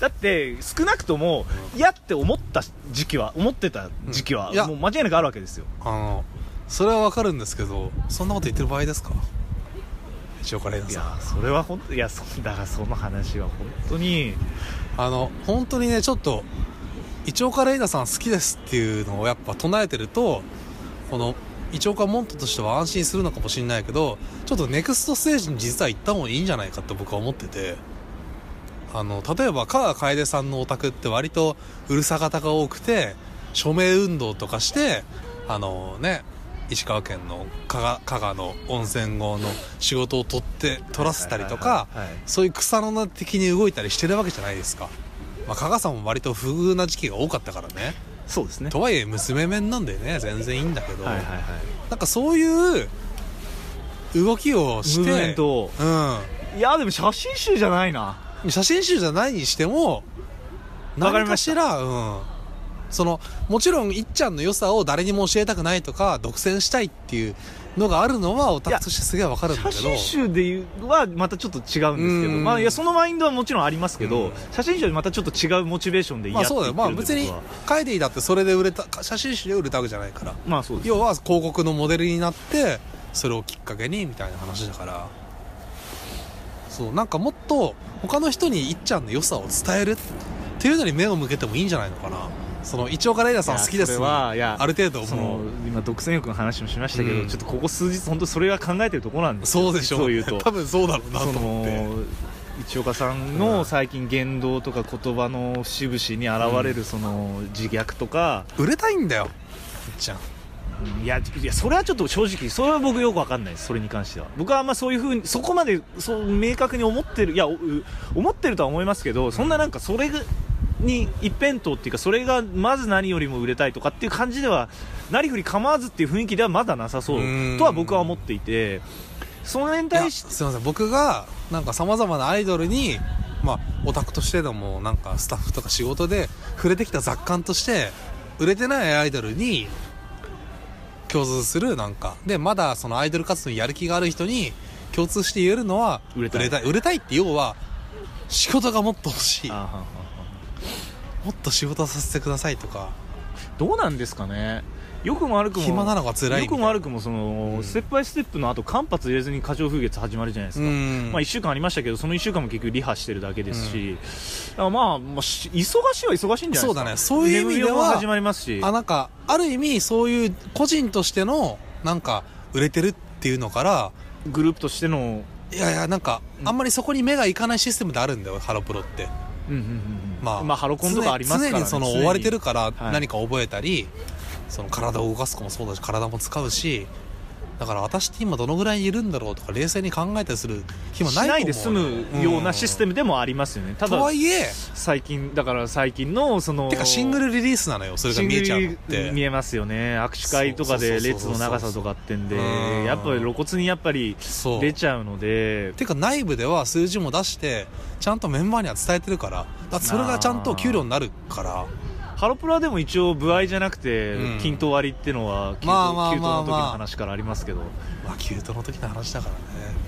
B: だって少なくとも嫌って思った時期は思ってた時期は、
C: うんいや
B: もう間違いなくあるわけですよ
C: あのそれはわかるんですけどそんなこと言ってる場合ですか塩辛レイナ
B: い
C: さん
B: やそれは本当いやそだからその話は本当に
C: あの本当にねちょっと一岡レイナさん好きですっていうのをやっぱ唱えてるとこの一岡モントとしては安心するのかもしれないけどちょっとネクストステージに実は行った方がいいんじゃないかって僕は思っててあの例えば川楓さんのお宅って割とうるさ方が多くて署名運動とかしてあのね石川県の加賀加賀の温泉郷の仕事を取って取らせたりとか、
B: はいはいはいはい
C: そういう草の根的に動いたりしてるわけじゃないですか、まあ、加賀さんも割と不遇な時期が多かったからね
B: そうですね
C: とはいえ娘面なんでね全然いいんだけど、
B: はいはいはい
C: なんかそういう動きをして
B: ムーブメントを
C: う、
B: いやでも写真集じゃないなん
C: 写真集じゃないにしても
B: わか
C: 何
B: り
C: か
B: まし
C: したらうんそのもちろんいっちゃんの良さを誰にも教えたくないとか独占したいっていうのがあるのはオタクとしてすげえわかるんだけど
B: 写真集でいうはまたちょっと違うんですけど、
C: うん
B: まあ、いやそのマインドはもちろんありますけ
C: う
B: ど、
C: ん
B: 写真集でまたちょっと違うモチベーションでや
C: ま
B: っ
C: あ
B: ていって
C: そう
B: るん
C: だ
B: で
C: よまあ別に
B: 僕は
C: カイディだってそれで売れたか写真集で売れたわけじゃないから
B: まあそうです
C: 要は広告のモデルになってそれをきっかけにみたいな話だからそうなんかもっと他の人にいっちゃんの良さを伝えるっていうのに目を向けてもいいんじゃないのかなその一岡レイラさん好きです
B: いやそれはいや
C: ある程度
B: そ
C: も
B: の
C: う
B: 今独占欲の話もしましたけど、
C: うん
B: ちょっとここ数日本当それが考えてるところなんですよ
C: そうでしょ
B: そう
C: う,、
B: いう と
C: 多分そうだろうなと
B: そ
C: 思って
B: の一岡さんの最近言動とか言葉の節々に現れるその自虐とか、
C: 売れたいんだよいっちゃん
B: いやいやそれはちょっと正直それは僕よくわかんないですそれに関しては僕はあんまそういうふうにそこまでそう明確に思ってるいやおう思ってるとは思いますけどそんななんかそれがに一辺倒っていうかそれがまず何よりも売れたいとかっていう感じではなりふり構わずっていう雰囲気ではまだなさそう
C: うん
B: とは僕は思っていてその辺に
C: いや
B: 対して
C: すいません僕がなんかさまざまなアイドルにまあオタクとしてでもなんかスタッフとか仕事で触れてきた雑感として売れてないアイドルに共通するなんかでまだそのアイドル活動にやる気がある人に共通して言えるのは
B: 売れたい
C: 売れたい売れたいって要は仕事がもっと欲しい
B: あは
C: も
B: んはんはんは
C: っと仕事させてくださいとか
B: んどうなんですかねよくも悪くも
C: 暇なのが辛い
B: よ
C: みた
B: く
C: い
B: も
C: な
B: 悪くもその、
C: うん
B: ステップバイステップの後間髪入れずに過剰風月始まるじゃないです
C: う
B: か、
C: ん
B: まあ、1週間ありましたけどその1週間も結局リハしてるだけですし、だからまあ、まあし忙しいは忙しいんじゃないですか
C: そうだねそういう意味では
B: 眠りも始まりますし
C: あなんかある意味そういう個人としてのなんか売れてるっていうのから
B: グループとしての
C: いやいやなんか
B: うん
C: あんまりそこに目がいかないシステムであるんだよハロプロって
B: うんうんうん
C: まあ、
B: まあ、ハロコンとかありますから、ね、
C: 常にその
B: 常に
C: 追われてるから
B: はい
C: 何か覚えたり、その体を動かす子もそうだし体も使うしだから私って今どのぐらいいるんだろうとか冷静に考えたりする暇
B: し
C: ないと思う
B: ないで済むようなシステ
C: ム、
B: ムでもありますよね、た
C: と
B: だ
C: はいえ
B: 最近だから最近のその
C: てかシングルリリースなのよそれが見えちゃうのっ
B: シングル
C: て
B: 見えますよね握手会とかで列の長さとかってんで
C: そうそうそうそうそううん
B: やっぱり露骨にやっぱり
C: そう
B: 出ちゃうので
C: てか内部では数字も出してちゃんとメンバーには伝えてるからだからそれがちゃんと給料になるから
B: ハロプロはでも一応部合じゃなくて
C: うん
B: 均等割りってのは給
C: まあまあ
B: 給
C: まあまあ
B: の時の話からありますけど
C: まあキュートの時の話だからね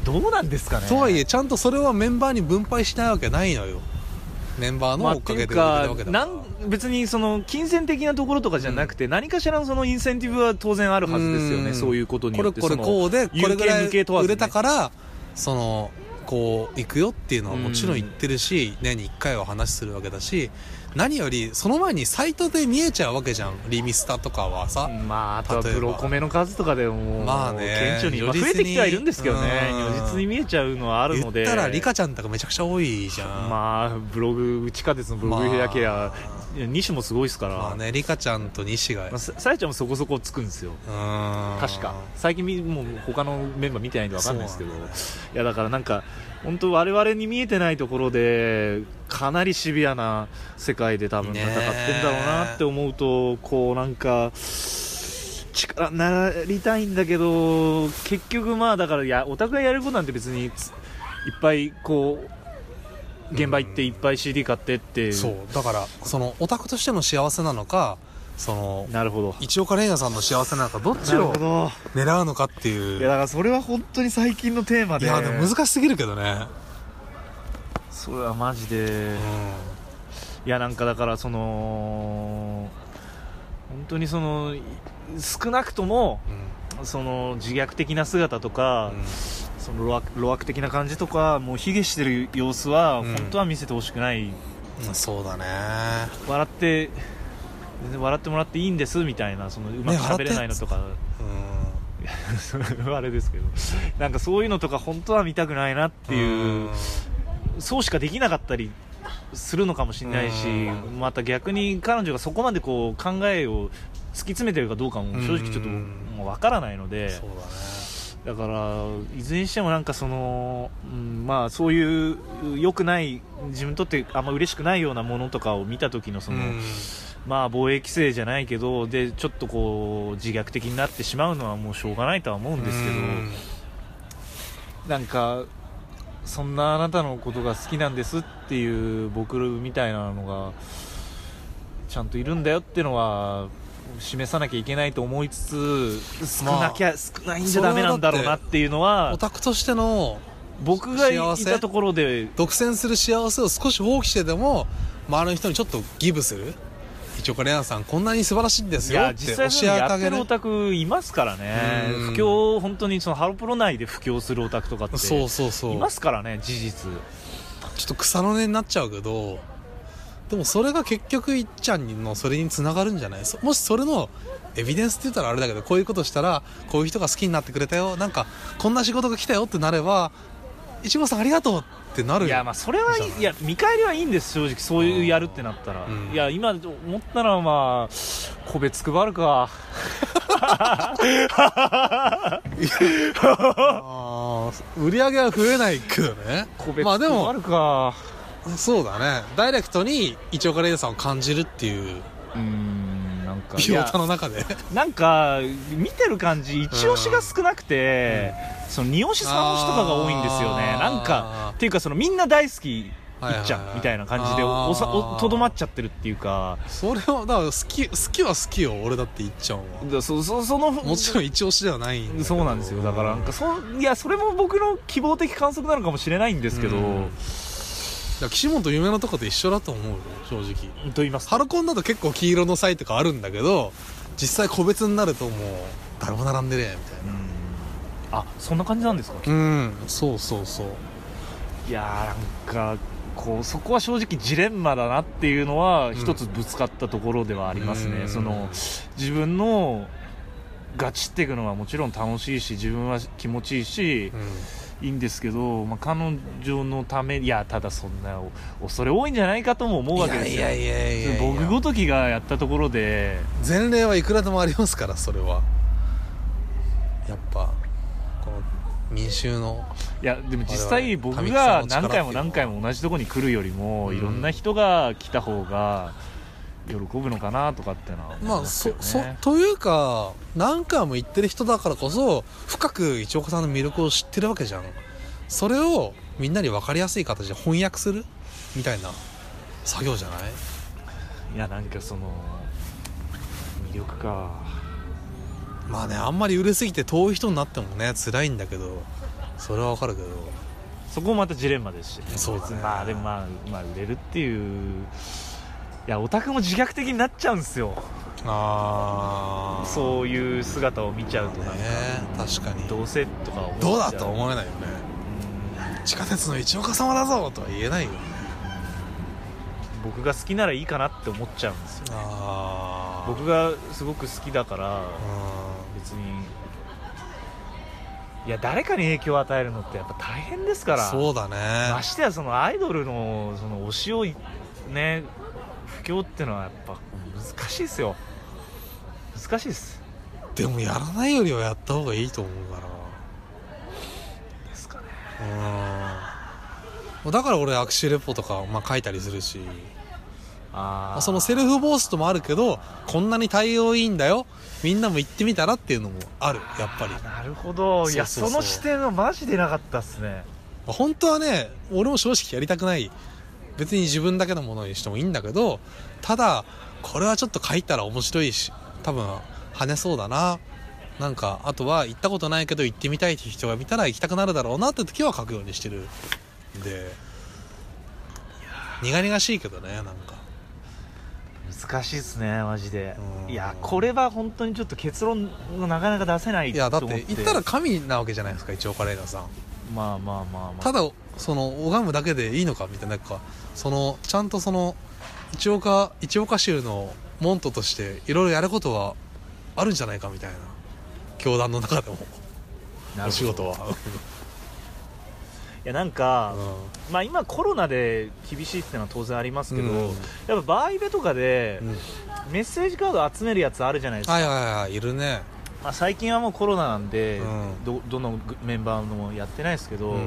B: どうなんですかね
C: とはいえちゃんとそれはメンバーに分配しないわけないのよメンバーの
B: まあ、
C: お
B: っ
C: か
B: てい
C: げ
B: う
C: で売れて
B: か
C: るわけだから、
B: なん別にその金銭的なところとかじゃなくて、何かしらのそのインセンティブは当然あるはずですよね、
C: うん
B: そういうことに
C: これ
B: よって
C: これこうでこれぐらい
B: 有形無形問わ
C: 売
B: ずね
C: れたからそのこう行くよっていうのはもちろん言ってるし年に1回は話するわけだし何よりその前にサイトで見えちゃうわけじゃんリミスタとかはさ、
B: うんまああとは
C: 例えば
B: ブロコメの数とかでも
C: まあね
B: 顕著に、まあ、
C: 如実
B: 増
C: に
B: えてきてはいるんですけどね
C: うん
B: 如実に見えちゃうのはある
C: 言
B: の
C: っ
B: で
C: たらリカちゃんとかめちゃくちゃ多いじゃん
B: まあブログ地下鉄のブログだけや、西もすごいですから、
C: まあねリカちゃんと西がう
B: まあささやちゃんもそこそこつくんですよ
C: ーん
B: 確か最近みもう他のメンバー見てないんで分かんないですけど、
C: そうなんだ
B: いやだからなんか本当我々に見えてないところでかなりシビアな世界で多分
C: ね
B: 戦っ
C: え
B: てんだろうなって思うとこうなんか力になりたいんだけど結局まあだからいやお互いやることなんて別についっぱいこう現場行っていっぱい CD 買ってって、
C: そうだからそのオタクとしての幸せなのかその
B: なるほど
C: 一岡玲奈さんの幸せなのかどっ
B: な
C: ち
B: る
C: を
B: ほど
C: 狙うのかっていう
B: いやだからそれは本当に最近のテーマ
C: い
B: で
C: やでも難しすぎるけどね
B: それはマジで
C: う
B: いやなんかだからその本当にそのい少なくとも
C: ん
B: その自虐的な姿とか、その露悪露悪的な感じとかもう卑下してる様子は
C: うん
B: 本当は見せてほしくない、
C: うんそうだね
B: 笑って全然笑ってもらっていいんですみたいなそのうまく喋れないのとか、
C: うん
B: それは あれですけどなんかそういうのとか本当は見たくないなっていう、そうしかできなかったりするのかもしれないし、
C: う
B: また逆に彼女がそこまでこう考えを突き詰めてるかどうかも正直ちょっと
C: うん
B: もうわからないので
C: そうだね
B: だからいずれにしてもなんかその、うんまあそういう良くない自分にとってあんま嬉しくないようなものとかを見た時のその、
C: うん
B: まあ防衛規制じゃないけどでちょっとこう自虐的になってしまうのはもうしょうがないとは思うんですけど。
C: うん
B: なんかそんなあなたのことが好きなんですっていう僕みたいなのがちゃんといるんだよってのは示さなきゃいけないと思いつつ少なきゃ、少ないんじゃダメなんだろうなっていうの
C: オ
B: は
C: タクとしての
B: 僕がい
C: 幸
B: い
C: せ
B: たところで
C: 独占する幸せを少し放棄してでも周りの人にちょっとギブする一岡玲奈さんこんなに素晴らしいんです
B: い
C: よっ
B: や
C: て
B: 実
C: 教
B: 際そうい
C: えて
B: うのや
C: あ
B: って
C: げ
B: る
C: る
B: オタクいますからね
C: うん
B: 不況本当にそのハロプロ内で布教するオタクとかって
C: そうそうそう
B: いますからね事実
C: ちょっと草の根になっちゃうけどでもそれが結局いっちゃんのそれにつながるんじゃないそもしそれのエビデンスって言ったらあれだけどこういうことしたらこういう人が好きになってくれたよなんかこんな仕事が来たよってなればいちごさんありがとうってなる
B: いやまあそれはい
C: じゃない
B: いいや見返りはいいんです正直そういうやるってなったら、
C: うん
B: いや今思ったらまあ個別配るか
C: あー売り上げは増えないけどね
B: 個別
C: まあで
B: 配
C: も
B: るか、
C: そうだねダイレクトにいちごカレーさんを感じるっていう
B: うーんなんかい
C: 美容
B: や
C: 家の中 で
B: なんか見てる感じ一押しが少なくて、その二押し三押しとかが多いんですよ
C: あ
B: ね
C: ー
B: なんかっていうかそのみんな大好きいっち
C: はいはい
B: ゃ
C: は
B: ん
C: い
B: みたいな感じでおおさお
C: あー
B: とどまっちゃってるっていうか
C: それはだから好き好きは好きよ俺だっていっちゃんは
B: だそそその
C: もちろん一押しではないんだけど
B: そうなんですよだからなんかそいやそれも僕の希望的観測なのかもしれないんですけど、
C: うんいや岸本夢のとこと一緒だと思うよ正直
B: と言いますと
C: ハロコンだと結構黄色の際とかあるんだけど実際個別になるともう誰も並んでねえみたいな
B: あそんな感じなんですか
C: うんそうそうそう
B: いやーなんかこうそこは正直ジレンマだなっていうのは一つぶつかったところではありますね、
C: うん
B: その自分のガチっていくのはもちろん楽しいし自分は気持ちいいし、いいんですけど、まあ、彼女のためいやただそんなお恐れ多いんじゃないかとも思うわけですよ
C: いやいやいやいやいや
B: 僕ごときがやったところで
C: 前例はいくらでもありますからそれはやっぱこの民衆の
B: いやでも実
C: 我
B: 際
C: 々
B: 僕
C: 神木さ
B: が
C: んの力
B: 何
C: っていうの
B: 回
C: は
B: も何回も同じとこに来るよりも、
C: うん
B: いろんな人が来た方が喜ぶのかなとかってのは思い
C: まあ
B: ます
C: そ
B: よね、
C: そというか何回も言ってる人だからこそ深く一岡さんの魅力を知ってるわけじゃんそれをみんなに分かりやすい形で翻訳するみたいな作業じゃない
B: いやなんかその魅力か
C: まあねあんまり売れすぎて遠い人になってもね辛いんだけどそれは分かるけど
B: そこもまたジレンマですし、
C: そうだね
B: 別にまあでもまあ、まあ、売れるっていういやオタクも自虐的になっちゃうんですよ
C: ああ
B: そういう姿を見ちゃうと
C: ね
B: なんか、
C: 確かに
B: どうせとか思っちゃ
C: どうだとは思えないよね地下鉄の一岡様だぞとは言えないよね
B: 僕が好きならいいかなって思っちゃうんですよ
C: あ
B: 僕がすごく好きだから
C: う
B: 別にいや誰かに影響を与えるのってやっぱ大変ですか
C: ん
B: ら
C: そうだね
B: ましてやそのアイドルのその推しをいね布教ってのはやっぱ難しいですよ難しいです
C: でもやらないよりはやった方がいいと思うから
B: ですかね
C: うんだから俺握手レポとか、まあ、書いたりするし
B: あ
C: ま
B: ー
C: あそのセルフボーストもあるけどこんなに対応いいんだよみんなも行ってみたらっていうのもあるやっぱり
B: なるほどいや
C: そうそうそう
B: その視点はマジでなかったっすね
C: まあ本当はね俺も正直やりたくない別に自分だけのものにしてもいいんだけどただこれはちょっと書いたら面白いし多分跳ねそうだななんかあとは行ったことないけど行ってみたいって人が見たら行きたくなるだろうなって時は書くようにしてるんで苦々しいけどねなんか
B: 難しいっすねマジで
C: うん
B: いやこれは本当にちょっと結論がなかなか出せない
C: いやだっ
B: と
C: て
B: 思
C: 行ったら神なわけじゃないですか一応カレーナさん
B: まあまあまあまあ
C: ただその拝むだけでいいのかみたいななんかそのちゃんとその一岡一岡州の門徒としていろいろやることはあるんじゃないかみたいな教団の中でもお
B: なるほ
C: 仕
B: ど
C: 事 は、
B: いやなんか、
C: う
B: まあ、今コロナで厳しいってのは当然ありますけど、
C: うん
B: やっぱバーイベとかで
C: んうん、
B: メッセージカード集めるやつあるじゃないですか、
C: はいはいはいいるね
B: まあ、最近はもうコロナなんで、
C: うん
B: どどのメンバーのもやってないですけど、
C: うん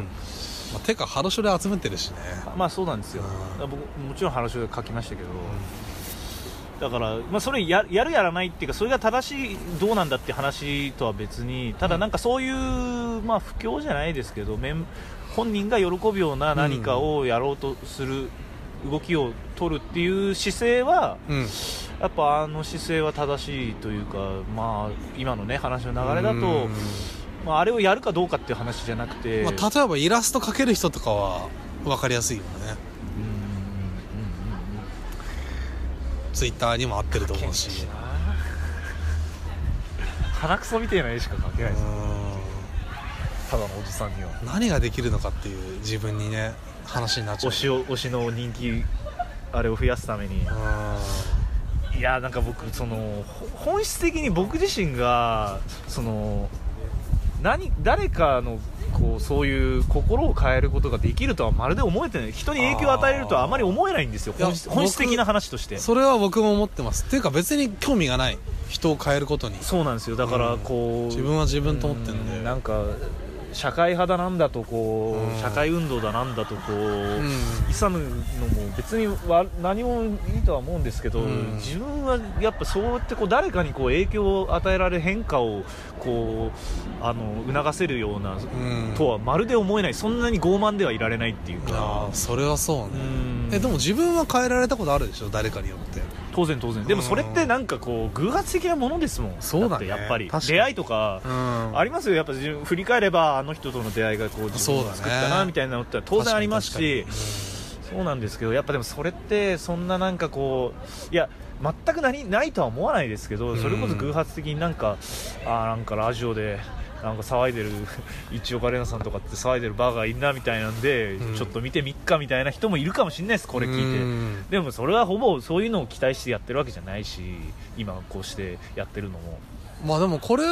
C: まあ、てかハロショで集めてるしね
B: まあそうなんですよ、
C: うん
B: 僕もちろん話を書きましたけど、だから、まあ、それややるやらないっていうかそれが正しいどうなんだって話とは別にただなんかそういう、まあ不況じゃないですけどメン本人が喜ぶような何かをやろうとする動きを取るっていう姿勢は
C: うん
B: やっぱあの姿勢は正しいというかまあ今のね話の流れだ
C: う
B: と
C: ん、
B: まあ、あれをやるかどうかっていう話じゃなくて、
C: まあ、例えばイラスト描ける人とかは分かりやすいよね
B: うんうんうんうん
C: ツイッターにも合ってると思うし
B: 鼻くそみたいな絵しか描けないです
C: う
B: ただのおじさんには
C: ん何ができるのかっていう自分にね話になっちゃ
B: 推
C: う
B: しを推しの人気あれを増やすために
C: う
B: いやなんか僕そのほ本質的に僕自身がその何誰かのこうそういう心を変えることができるとはまるで思えてない人に影響を与えるとはあまり思えないんですよ
C: あー
B: 本質
C: いや
B: 本質的な話として
C: んそれは僕も思ってますっていうか別に興味がない人を変えることに
B: そうなんですよだから
C: うん
B: こう
C: 自分は自分と思ってるんで
B: うなんか社会派だなんだとこう、
C: うん
B: 社会運動だなんだとこう、
C: うん
B: 勇むのも別にわ何もいいとは思うんですけど、
C: うん
B: 自分はやっぱそうやってこう誰かにこう影響を与えられ変化をこうあの促せるような、
C: うん
B: とはまるで思えないそんなに傲慢ではいられないっていう
C: あ
B: か
C: あ。それはそう
B: う
C: ね
B: ん
C: えでも自分は変えられたことあるでしょ誰かによって
B: 当然当然でもそれってなんかこう偶発的なものですもん
C: そうだね
B: ってやっぱり
C: 確かに
B: 出会いとか
C: ん
B: ありますよ、やっぱ自分振り返ればあの人との出会いがこう自分を作った
C: そうだね
B: なみたいなのって当然ありますし
C: 確かに
B: そうなんですけどやっぱでもそれってそんななんかこういや全く何ないとは思わないですけどそれこそ偶発的になんかあーなんかラジオでなんか騒いでる 一岡玲奈さんとかって騒いでるバーがいいなみたいなんで、
C: うん
B: ちょっと見てみっかみたいな人もいるかもしれないですこれ
C: う
B: 聞いて
C: ん
B: でもそれはほぼそういうのを期待してやってるわけじゃないし今こうしてやってるのも
C: まあでもこれ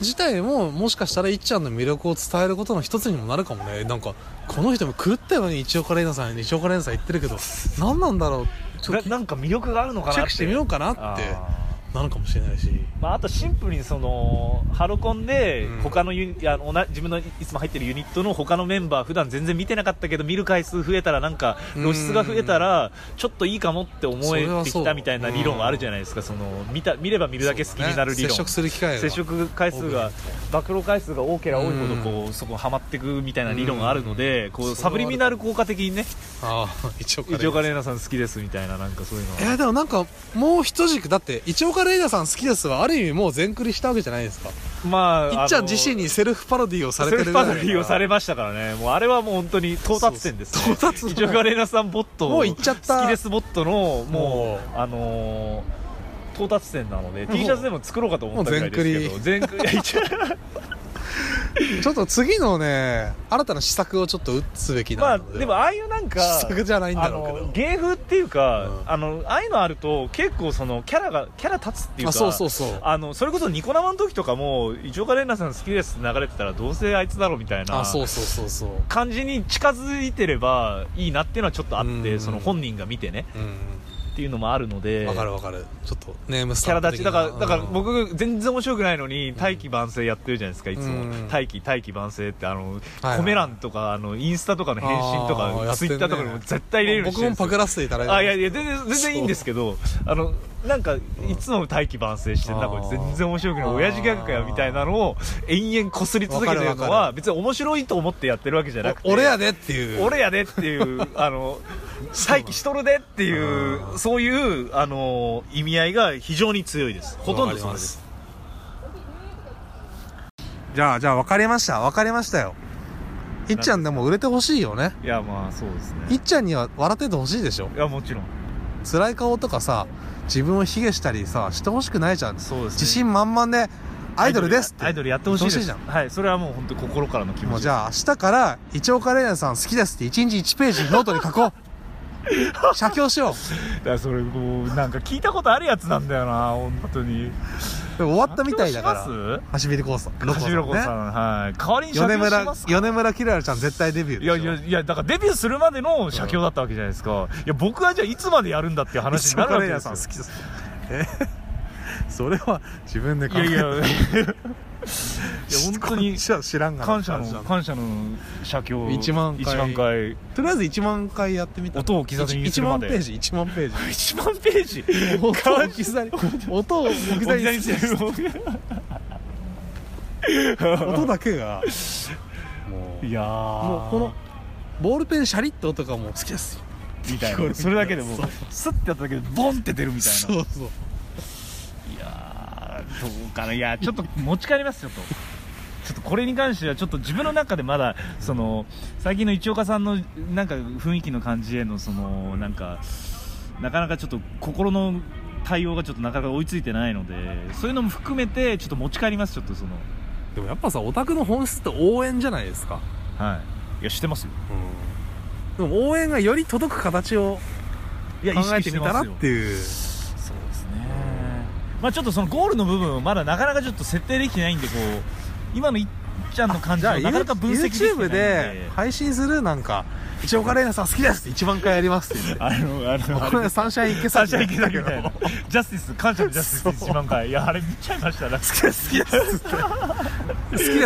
C: 自体ももしかしたらいっちゃんの魅力を伝えることの一つにもなるかもねなんかこの人も狂ったように一岡玲奈さん一岡玲奈さん言ってるけど何なんだろうちょ
B: な
C: っと
B: なんか魅力があるのかなっ
C: チ
B: て
C: ェックしてみようかなって
B: あー
C: なるかもしれないし
B: まあ、あとシンプルにそのハロコンで
C: うん
B: 他のユニ、あのおな自分のいつも入ってるユニットの他のメンバー普段全然見てなかったけど見る回数増えたらなんか
C: うん
B: 露出が増えたらちょっといいかもって思え
C: それは
B: て
C: そ
B: き
C: う
B: たみたいな理論はあるじゃないですかその見た見れば見るだけ好きになる理論、
C: 接触する機会が
B: 接触回数が暴露回数が多ければ多いほどこう、そこハマっていくみたいな理論があるので、こうサブリミナル効果的にね
C: ああ 一岡玲
B: 一
C: 奈
B: 岡玲奈さん好きですみたいななんかそういうの
C: いや
B: は
C: でもなんかもう一軸だって一岡玲奈さん好きですはある意味もう全クリしたわけじゃないですか
B: まあ
C: いっちゃん
B: あの
C: 自身にセルフパロディをされてる
B: セル
C: ぐ
B: フ
C: ら
B: パ
C: いだ
B: ロ
C: から
B: ディをされましたからね、もうあれはもう本当に到達点です、ね、
C: そうそう到達
B: 一応、ガレーナさんボット、
C: もう行っちゃった
B: 好きですボットの、も
C: も
B: う、あのー到達点なので、
C: もう
B: T シャツでも作ろうかと思ったぐらいですけ
C: も
B: ど、
C: う
B: 全 クリ、いや一応
C: ちょっと次のね新たな施策をちょっと打つべき
B: ま
C: な
B: あ、
C: の
B: でもああいうなんか、
C: 試作じゃないんだろうけど
B: あの芸風っていうか、
C: うん
B: あの、ああいうのあると、結構その、キャラが、キャラ立つっていうか、
C: あそうそうそう
B: あのそれこそニコ生の時とかも、一応ガレーナさん好きですって流れてたら、どうせあいつだろみたいな。
C: あそうそうそうそう
B: 感じに近づいてればいいなっていうのはちょっとあっ
C: う
B: て
C: ん
B: その本人が見てね
C: うん
B: っていうのもあるので
C: わかるわかるちょっとネームス
B: キ
C: タ
B: ャ
C: ンプ
B: ラ
C: 的
B: 立ち
C: な
B: だからだから
C: うん
B: 僕全然面白くないのに大器晩成やってるじゃないですかいつ
C: うん
B: も大器大器晩成ってあの
C: はい
B: コメ欄とかあのインスタとかの返信と
C: あーやっ
B: か
C: て
B: ツ
C: ん
B: イ
C: ね
B: ッターとかにも絶対入れるようにし
C: 僕
B: てる
C: も
B: んですよ
C: パクらせていただいて
B: あいやいや全然全然いいんですけどあのなんかいつも大器晩成してんな
C: あー
B: こいつ全然面白くない親父ギャグかよみたいなのを延々こすり続けてる
C: わか
B: の
C: るわか
B: は別に面白いと思ってやってるわけじゃなくて
C: お俺やでっていう
B: 俺やでって いう、あの、再起しとるでっていう、そういう、あの、意味合いが非常に強いです。ほとんどそうです。
C: じゃあじゃあ分かりました分かりましたよいっちゃんでも売れてほしいよね
B: いや、まあ、そうです
C: い
B: ね。
C: っちゃんには笑っててほしいでしょ
B: いや、もちろん。
C: 辛い顔とかさ自分を卑下したりさしてほしくないじゃん
B: そうですね
C: 自信満々でアイドルですって
B: アイドルやってほしいです。
C: じゃん
B: はい、それはもう本当心からの気
C: も
B: 持
C: う
B: ち
C: じゃあ明日から一岡玲奈さん好きですって1日1ページノートに書こ う写経しよう
B: だからそれ、こう、なんか聞いたことあるやつなんだよな、本当に。
C: でも終わったみたいだ
B: 発
C: か
B: 表し
C: らはしびりコース
B: ますカシロコさん、はい。代わりに写
C: 米
B: 真し
C: 村
B: ますか
C: 米村キララちゃん絶対デビューで
B: い
C: しょ
B: やいや、いや、だからデビューするまでの写経だったわけじゃないですか。いや、僕はじゃあいつまでやるんだっていう話に
C: 一
B: なる
C: 岡
B: わ
C: 玲
B: けで
C: 奈
B: す
C: さん好。
B: よ
C: きですえ それは自分で
B: いやいや、い や本当に
C: 感謝知らんがな
B: 感謝の、感謝の写経。
C: 一万回
B: 一万回。
C: とりあえず1万回やってみた
B: 音を刻みにするまで
C: 1万ページ1万ページ
B: 一万ページ
C: 音を置き去り 音を置き去りにする音だけがもう
B: いやー
C: もうこのボールペンシャリッと音がもう好きですよ
B: みた
C: 聞こえ
B: い
C: る
B: なそれだけでもうスッてやっただけでボンって出るみたいな
C: そうそう
B: いやーどうかないやちょっと持ち帰りますよとちょっとこれに関してはちょっと自分の中でまだその最近の一岡さんのなんか雰囲気の感じへのそのなんかなかなかちょっと心の対応がちょっとなかなか追いついてないのでそういうのも含めてちょっと持ち帰りますちょっとその
C: でもやっぱさオタクの本質って応援じゃないですか
B: はいいやしてますよ
C: でも応援がより届く形を
B: い
C: 考
B: や意
C: え
B: 識
C: て
B: し
C: み
B: て
C: たら
B: ます
C: っ
B: よ
C: ていう
B: そうですねまあちょっとそのゴールの部分はまだなかなかちょっと設定できてないんでこう今のいっちゃんの感じ
C: じゃあ
B: をなかなか分析できてないん
C: YouTube で配信するなんか「一岡玲奈さん好きです」って1万回やりますって言って
B: あの、あの、あ
C: こ
B: れ
C: れサンシャイン池
B: サ
C: さ
B: ン
C: ん
B: シャイン池崎みたいな。ジャスティス、感謝のジャスティス
C: そう
B: 1万回。いや、あれ見ちゃいました、なんか。
C: 好きですって好きで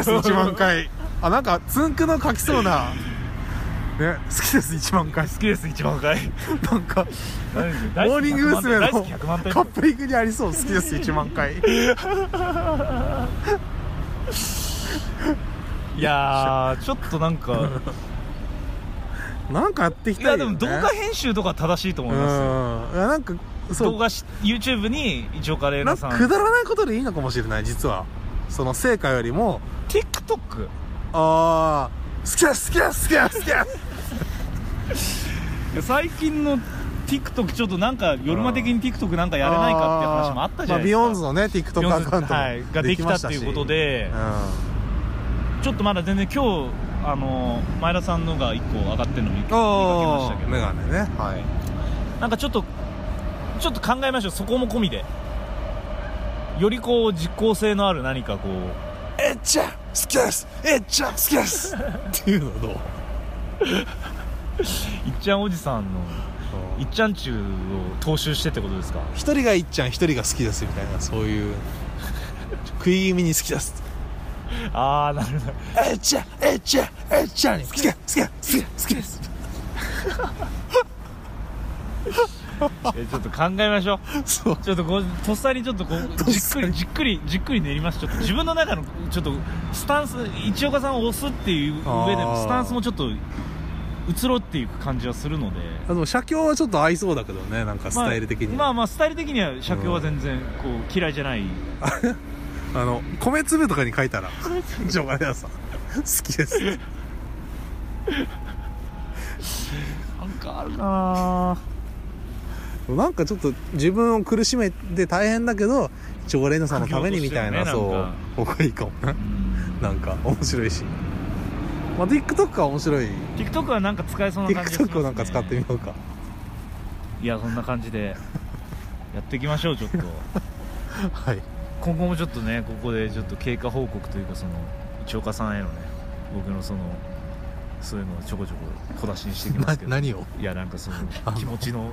C: す1万回あなんかつんくの書きそうなね好きです1万回
B: 好きです、1万回。
C: なんかモーニング娘。のカ
B: 大好き100万回。
C: ップリングにありそう好きです1万回
B: いやー、ちょっとなんか、
C: なんかやっていき
B: い
C: た
B: や、
C: い
B: で
C: よ、
B: も
C: ね、
B: 動画編集とか正しいと思いますよ。
C: うんいやなんかそ
B: 動
C: う
B: 画し、YouTube に、一応カレー
C: な
B: ナ
C: ん
B: さ
C: か
B: ん。
C: くだらないことでいいのかもしれない実はその成果よりも
B: TikTok。
C: ああ好きです好きです好きです好きです
B: いや最近の TikTok ちょっとなんか、夜間的に TikTok なんか やれないかっていう話もあったじゃないですか。
C: まあ、ビヨンズのね TikTok アカウントも
B: はいができたっていうことで
C: できましたし
B: ちょっとまだ全然今日あの前田さんのが1個上がってるの見見かけまし
C: あ
B: たけ
C: あ
B: ど
C: メガネねはい
B: なんかちょっとちょっと考えましょうそこも込みでよりこう実効性のある何かこう
C: えっちゃん好きですえっちゃん好きですっていうのはどう
B: いっちゃんおじさんのいっちゃん中を踏襲してってことですか
C: 一人がいっちゃん一人が好きですみたいなそういう食い気味に好きです
B: ああなるほど
C: えっちゃんえっちゃんえっちゃんに好きです好きです好きです好きです
B: えちょっと考えましょう
C: そう
B: ちょっとこうとっさにちょっとこう
C: とっ
B: じっく
C: さに
B: りじっくりじっくり練りますちょっと自分の中のちょっとスタンス一岡さんを押すっていう上で
C: あ
B: も
C: ー
B: スタンスもちょっと移ろっていく感じはするので
C: あでも写経はちょっと合いそうだけどねなんかスタイル的に、
B: まあ、まあまあスタイル的には写経は全然こう嫌いじゃない、
C: あの米粒とかに書いたら「ジョガレアさん好きです」
B: なんかあるかな
C: なんかちょっと自分を苦しめて大変だけど常連のさんのためにみたいな、
B: 苦行としてるね
C: そ
B: なんか
C: う僕はいいかもね
B: うん
C: なんか面白いし、まあ、TikTok は面白い
B: TikTok はなんか使えそうな感じがします、ね、
C: TikTok をなんか使ってみようか
B: いやそんな感じでやっていきましょうちょっと
C: はい
B: 今後もちょっとねここでちょっと経過報告というかその一岡さんへのね僕のそのそういうのをちょこちょこ小出しにしていきま
C: な
B: すけど
C: 何を
B: いやなんかその
C: あの
B: 気持ちの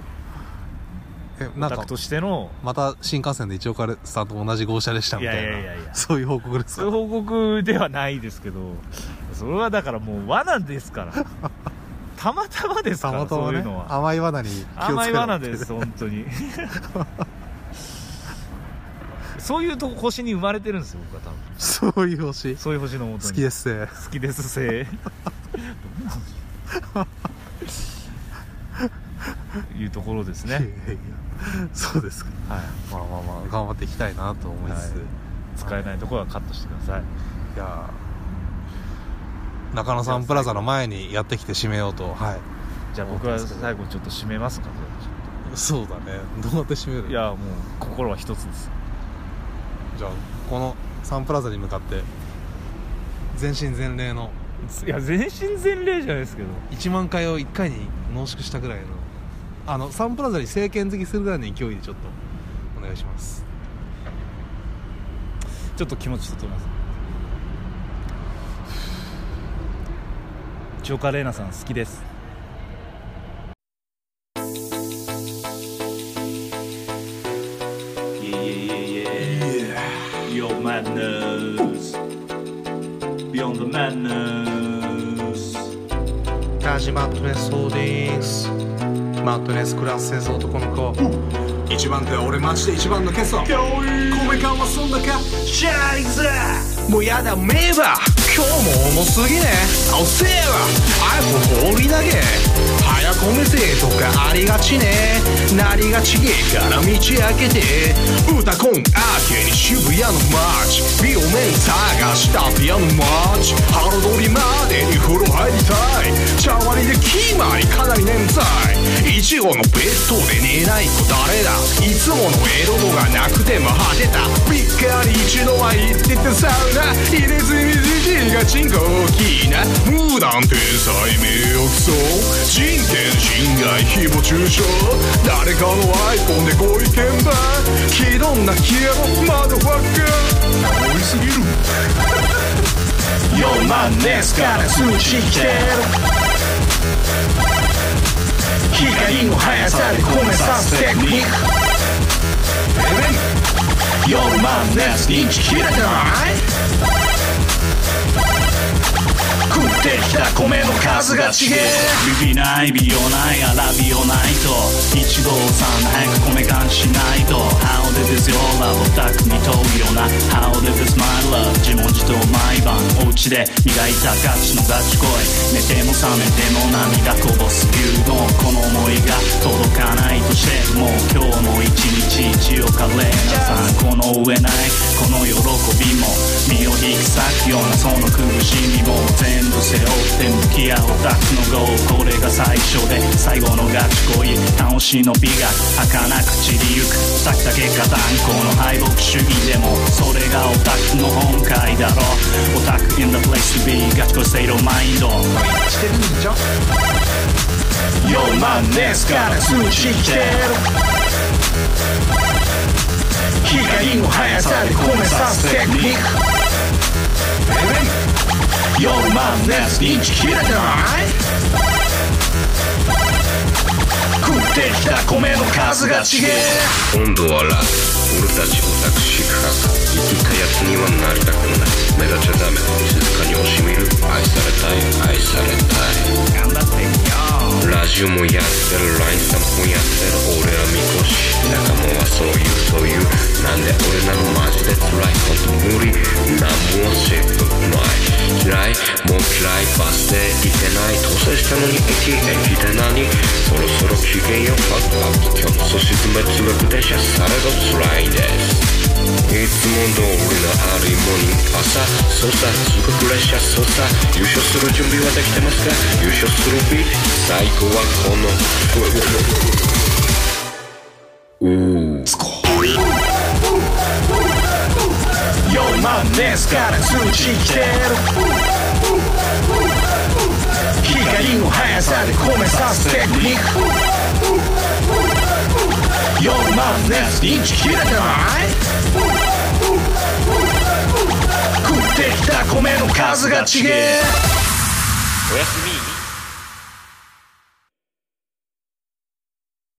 C: えな
B: オ
C: ん
B: タ
C: か
B: クとしての
C: また新幹線で一応からさんと同じ号車でしたみたいない
B: やいやいやいや
C: そういう報告です
B: そういう
C: か
B: 報告ではないですけどそれはだからもう罠で すからたまたまですか
C: た
B: ら
C: またま
B: そうい
C: ね
B: うのは
C: 甘い罠に気をつけろ
B: 甘い罠です本当にそういうとこ星に生まれてるんですよ僕は多分
C: そういう星
B: そういう星のもとに
C: 好きですね
B: 好きですせ いうところです
C: いやい
B: ね、
C: やいや そうですか
B: は
C: まあまあまあ頑張っていきたいなと思いつつ、
B: はいい、使えないところはカットしてください
C: いやー中野サンプラザの前にやってきて締めようとはい
B: じゃあ僕は最後ちょっと締めますか
C: そうだねどうやって締める
B: いやもう心は一つです
C: じゃあこのサンプラザに向かって全身全霊の
B: いや全身全霊じゃないですけど
C: 1万回を1回に濃縮したぐらいのあのサンプラザに政権好きするぐらいの勢いでちょっとお願いします
B: ちょっと気持ち整えますジョカレーナさん好きですイエイエイエイエイ Your madness Beyond the madness
C: 田島トレスホールディングスマットネスクラス生男の子一番手は俺マジで一番のケソ米感はそんだかシャイズもうやだメーバー今日も重すぎねおせえわ iPhone 放り投げ早込めてとかありがちねなりがちげえから道開けて歌コン明けに渋谷の街美容面探したピアノマッチハロドリまでに風呂入りたい茶割りでキーマイかなり眠たいいちごのベッドで寝ない子誰だいつものエロ度がなくても果てたびっかり一度は行っててサウナ入れ墨じじいがチンコ大きいな無断天才名誉毀損人権侵害誹謗中傷誰かのアイコンでご意見番気どんな消えろマドファッカー多いすぎる
A: 4万ですから通知来てる光の速さで込めさすテクニック4万です認知切れてない食ってきた米の数が違えビビない美容ないアラビオないと一度さん早く米感しないと How did this your love オタクに問うような How did this my love 自問自答毎晩お家で磨いたガチのガチ恋寝ても覚めても涙こぼす牛丼この思いが届かないとしても今日も一日一をカレーナさんこの上ないこの喜びも身を引き裂くようなその苦しみも全部背負って向き合うタクのゴーこれが最初で最後のガチ恋楽しの美が儚く散りゆく咲きた結果断固の敗北主義でもそれがオタクの本懐だろオタク in the place to be ガチ恋セイロマインド
C: してるんじゃん
A: よマネスから通知来てる光の速さで込めさすテクニック夜マンネス認知切れてない食ってきた米の数が違え
D: 今度はラ俺たちオタク四角生きたやつにはなりたくない目立ちゃダメ静かに惜しみる愛されたい愛さ
A: 頑
D: れた
A: 張ってみよう
D: いラジオもやってる LINE さんもやってる俺はみこし仲間はそういうそういうなんで俺なのマジで辛いこと無理なんもせっかくない嫌いもう嫌いバスで行けない当選したのに駅駅で何そろそろ機嫌よファックアップ今日もそし詰めつぶく電車されど辛いですいつも通りのあるいもに朝操作すごく列車操作優勝する準備はできてますか優勝する日最高はこのうー
A: よマネスから通知来てる光の速さで込めさすテクニックよマネス認知切れてない食ってきた米の数が違え
D: おやすみ